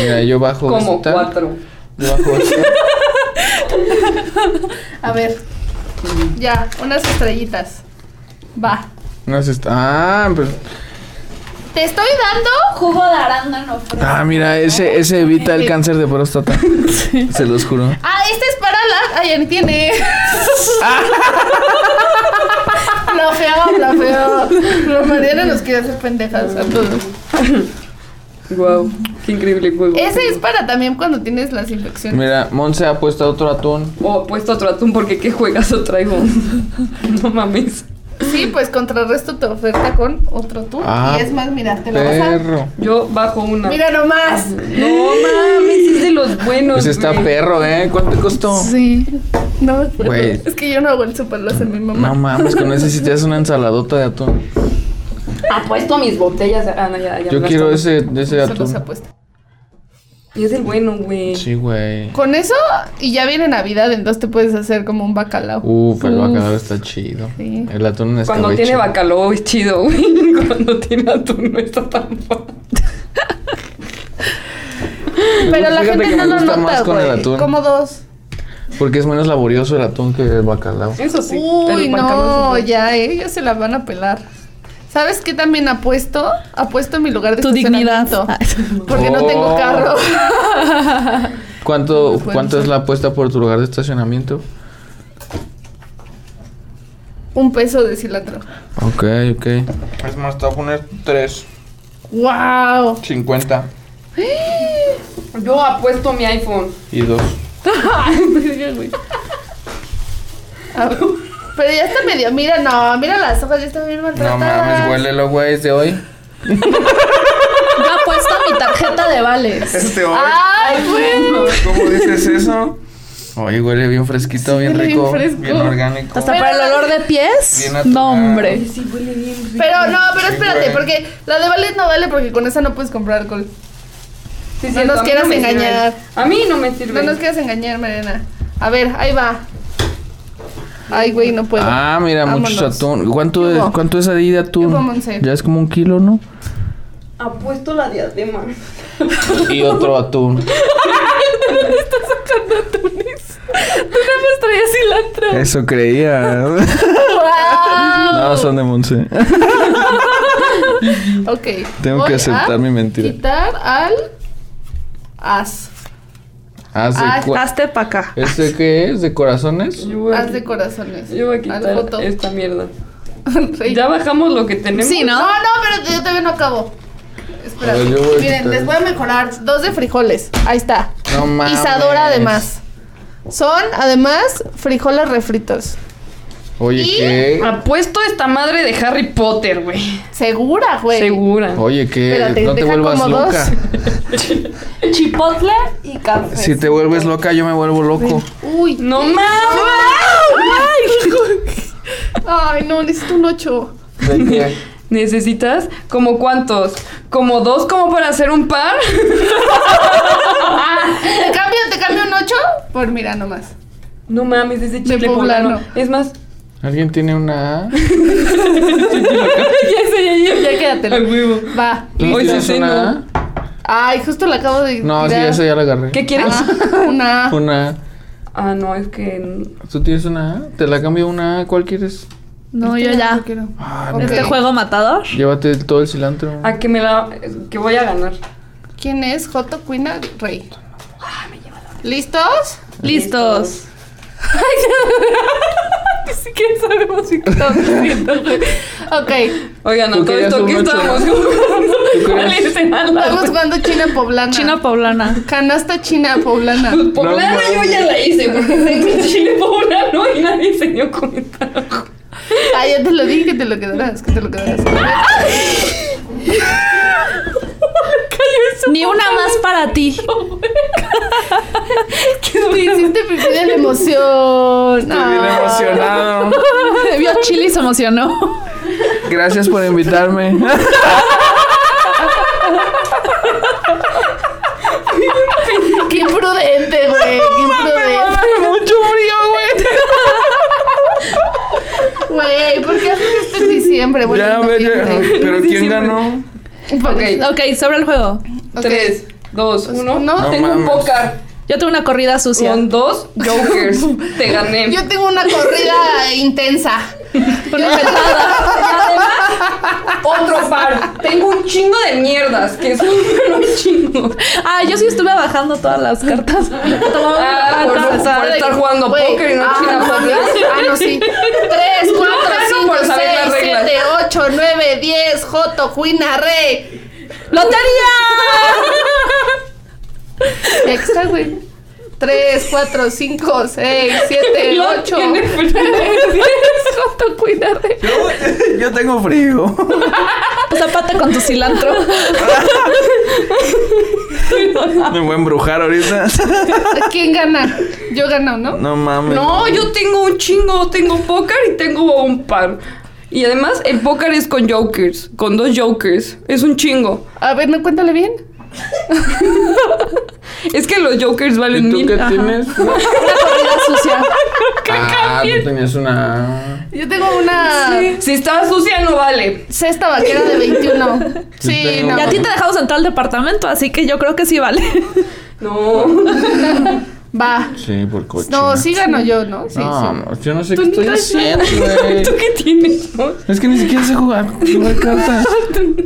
Mira, yo bajo Como esta, cuatro. yo bajo esta. A ver. Ya, unas estrellitas. Va. No se está. Ah, pues- Te estoy dando Jugo de arándano. ah, mira, ese, ese evita el cáncer de próstata. Se los juro. Ah, esta es para las. Ay, ya ni tiene. La feo, la feo. Mariana nos quiere hacer pendejas a todos. Wow, qué increíble juego. Ese es para también cuando tienes las infecciones. Mira, Monse ha puesto otro atún. Oh, he puesto otro atún porque qué juegazo traigo. no mames. Sí, pues contrarresto tu oferta con otro tú. Ah, y es más, mira, te lo vas a. Perro. Yo bajo una. Mira nomás. No mames, es de los buenos. Pues está güey. perro, ¿eh? ¿Cuánto costó? Sí. No me acuerdo. Güey. Es que yo no hago el super, lo hace mi mamá. No mames, con ese sí te haces una ensaladota de atún. Apuesto a mis botellas. Ah, no, ya, ya. Yo me quiero las ese, Solo ese se atún. apuesta. tomé. Y es el bueno, güey. Sí, güey. Con eso, y ya viene Navidad, entonces te puedes hacer como un bacalao. Uf, el bacalao está chido. Sí. El atún está Cuando muy tiene chido. bacalao es chido, güey. Cuando tiene atún no está tan bueno. Pero la Fíjate gente que no me lo gusta más nota, con el güey. atún. Como dos. Porque es menos laborioso el atún que el bacalao. Eso sí. Uy, el bacalao no, es bueno. ya, eh, ya se la van a pelar. ¿Sabes qué también apuesto? Apuesto mi lugar de Tu dignidad. estacionamiento, Porque no tengo Oh. carro. ¿Cuánto, Pues, cuánto sí. es la apuesta por tu lugar de estacionamiento? Un peso de cilantro. Ok, ok. Es más, te voy a poner 3. ¡Wow! 50 Yo apuesto mi iPhone. y 2. Pero ya está medio. Mira, no, mira las hojas, ya están bien No maltratadas. mames, huélelo, güey, es de hoy. Yo apuesto mi tarjeta de vales. ¿Es de hoy? ¡Ay, güey! ¿Cómo dices eso? Oye, huele bien fresquito, bien bien rico, bien, fresco. orgánico. Hasta para el olor de pies. Bien atunado. No, hombre. Pero no, pero Sí, espérate, güey. porque la de vale no vale porque con esa no puedes comprar alcohol. Sí, No cierto, nos a mí quieras me sirve. engañar. A mí no me sirve. No nos quieras engañar, Mariana. A ver, ahí va. Ay, güey, no puedo. Ah, mira, mucho Vámonos. atún. ¿Cuánto ¿Qué es, hubo? ¿Cuánto es ahí de atún? ¿Qué hubo, Monse? Ya es como un kilo, ¿no? Apuesto la diadema. Y otro atún. traía cilantro. Eso creía. no, son de Monse. Ok. Tengo voy que a aceptar mi mentira. Quitar al as. Hace Ah, cua- Hazte pa' acá. ¿Este qué es? ¿De corazones? Yo voy a- As de corazones. Yo voy a Al quitar foto. esta mierda. Rey. Ya bajamos lo que tenemos. Sí, ¿no? No, no, pero yo todavía no acabo. Espera. A ver, yo voy a Miren, quitar- les voy a mejorar. Dos de frijoles. Ahí está. No mames. Isadora, además. Son, además, frijoles refritos. Oye, Y- ¿qué? Apuesto esta madre de Harry Potter, güey. Segura, güey. Segura. Oye, ¿qué? Espérate, no te deja vuelvas como loca. Chipotle y café. Si te vuelves loca, yo me vuelvo loco. Uy. No mames. Ay, no, necesito un ocho. ¿De qué? ¿Necesitas como cuántos? ¿Como dos como para hacer un par? Te cambio, te cambio un ocho por mira nomás. No mames, ese chicle poblano. poblano. Es más, ¿Alguien tiene una A? ya sé, ya, ya, Ya ya. A quédatelo. huevo. Va. ¿Tú Oye, tienes sí, una A? Ay, justo la acabo de No, sí, tirar. esa ya la agarré. ¿Qué quieres? Una A. Una A. Ah, no, es que. ¿Tú tienes una A? Te la cambio una A. ¿Cuál quieres? No, yo ya. Quiero. Ah, Ok. no. Este juego matador. Llévate todo el cilantro. A que me la. que voy a ganar. ¿Quién es Joto Cuina Rey? ¿Listos? Listos. Ok. Oigan, Tú a todo querías esto un que ocho, ¿no? estábamos ¿Tú crees? Estamos jugando. jugando China Poblana. China poblana. Canasta China Poblana. Poblana No yo ya la hice, porque sé que chile poblano y nadie se dio cuenta. Ah, Ay, ya te lo dije que te lo quedarás, que te lo quedarás. Ni una más para ti. Te hiciste pipí de la emoción. Estoy bien Ah. emocionado. Vio Chile y se emocionó. Gracias por invitarme. Qué imprudente, güey. Qué imprudente. Mucho frío, güey. Güey, ¿por qué haces esto en diciembre? Bueno, Ya, en ve, ya. noviembre. Pero ¿quién ganó? Ok, Ok, sobre el juego. tres, dos, Pues, uno. uno. Tengo un mames. póker Yo tuve una corrida sucia. con dos jokers. Te gané. Yo tengo una corrida intensa. Una mentada. Otro par. Tengo un chingo de mierdas que son un chingo. Ah, yo sí estuve bajando todas las cartas. Tomaba una Ah, por, carta, por o sea, estar jugando Güey, póker y no ah, chingando no, Ah, no, sí. 3, 4, gano 5, por 6, saber las 7, reglas. 8, 9, 10, Joto, Juina, Rey. Extra, güey. 3, 4, 5, 6, 7, 8. Yo, yo tengo frío. Zapata con tu cilantro. Me voy a embrujar ahorita. ¿Quién gana? Yo gano, ¿no? No mames. No, yo tengo un chingo, tengo póker y tengo un par. Y además el póker es con jokers, con dos jokers. Es un chingo. A ver, no cuéntale bien. Es que los jokers valen ¿Y tú mil. Ah, qué Ajá. tienes? Una corrida sucia. Ah, tú tenías una. Yo tengo una Si está sucia no vale. cesta vaquera de 21. Sí, Sí, tengo- no. Y a ti te dejamos entrar al departamento, así que yo creo que sí vale. No. Va. Sí, por coche. No, sí gano yo, ¿no? Sí, No, sí. no, yo no sé Tú qué ni estoy traes haciendo, güey. ¿Tú qué tienes? no? Es que ni siquiera sé jugar, jugar cartas.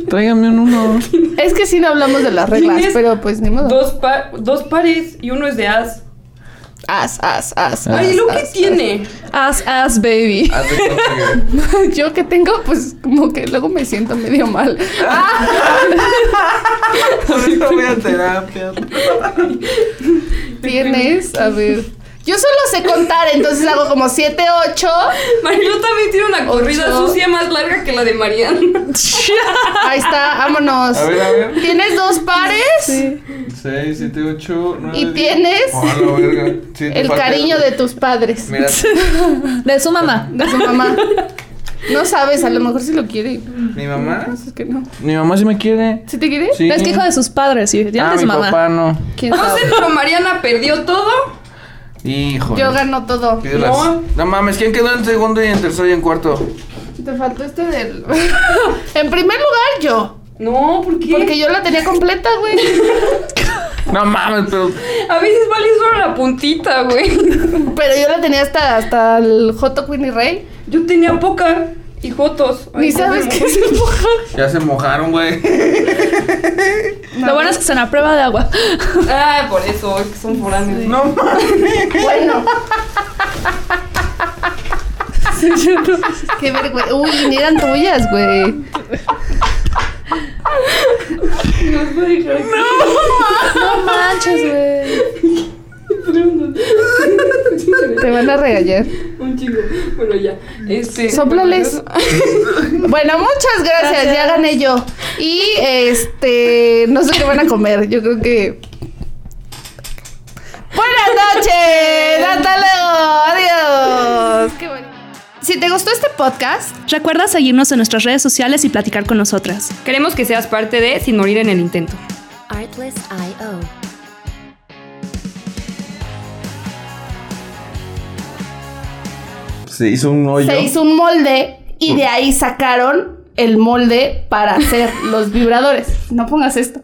Tráigame un uno. Es que sí no hablamos de las reglas, Tienes pero pues ni modo. Dos, pa- dos pares y uno es de as. As, as, as. Ah. Ay, as, ¿lo que as, tiene? As, as, baby. Haz de cuenta que- as. Yo que tengo, pues como que luego me siento medio mal. Ah, Ah, Ahorita voy a terapia. Tienes, a ver. Yo solo sé contar, entonces hago como 7, 8. Marilu también tiene una corrida Ocho. sucia más larga que la de Mariana. Ahí está, vámonos. A ver, a ver. Tienes dos pares 6, 7, 8, 9. y tienes Oh, la verga. Sí, te el falta- cariño de tus padres, Mira, De su mamá. de su mamá. No sabes, a lo mejor si lo quiere. pues mi mamá. Es que no. Mi mamá sí me quiere. ¿Sí te quiere? Sí. Es que hijo de sus padres, y ya ah, de su mi mamá. papá no. ¿Quién No sabe? sé, pero Mariana perdió todo. Hijo. Yo gano todo. No. no mames, ¿quién quedó en segundo y en tercero y en cuarto? Te faltó este del. en primer lugar, yo. No, ¿por qué? Porque yo la tenía completa, güey. No mames, pero. A veces vale solo la puntita, güey. Pero yo la tenía hasta, hasta el Joto Queen y Rey. Yo tenía poca y jotos. Ay, Ni sabes no, qué es el mojón. Ya se mojaron, güey. Lo bueno es que se la prueba de agua. Ah, por eso, es que son foráneos. No. Bueno. Qué vergüenza. Uy, ni eran tuyas, güey. No manches, güey. Te van a regañar. Un chingo. Bueno, ya. Este. Sóplales. Bueno, muchas gracias. Ya gané yo. Y este, no sé qué van a comer. Yo creo que. Buenas noches. Hasta luego. Adiós. Qué bueno. Si te gustó este podcast, Recuerda seguirnos en nuestras redes sociales y platicar con nosotras. Queremos que seas parte de Sin Morir en el Intento. Artlist.io. Se hizo un hoyo. se hizo un molde y de ahí sacaron el molde para hacer los vibradores. No pongas esto.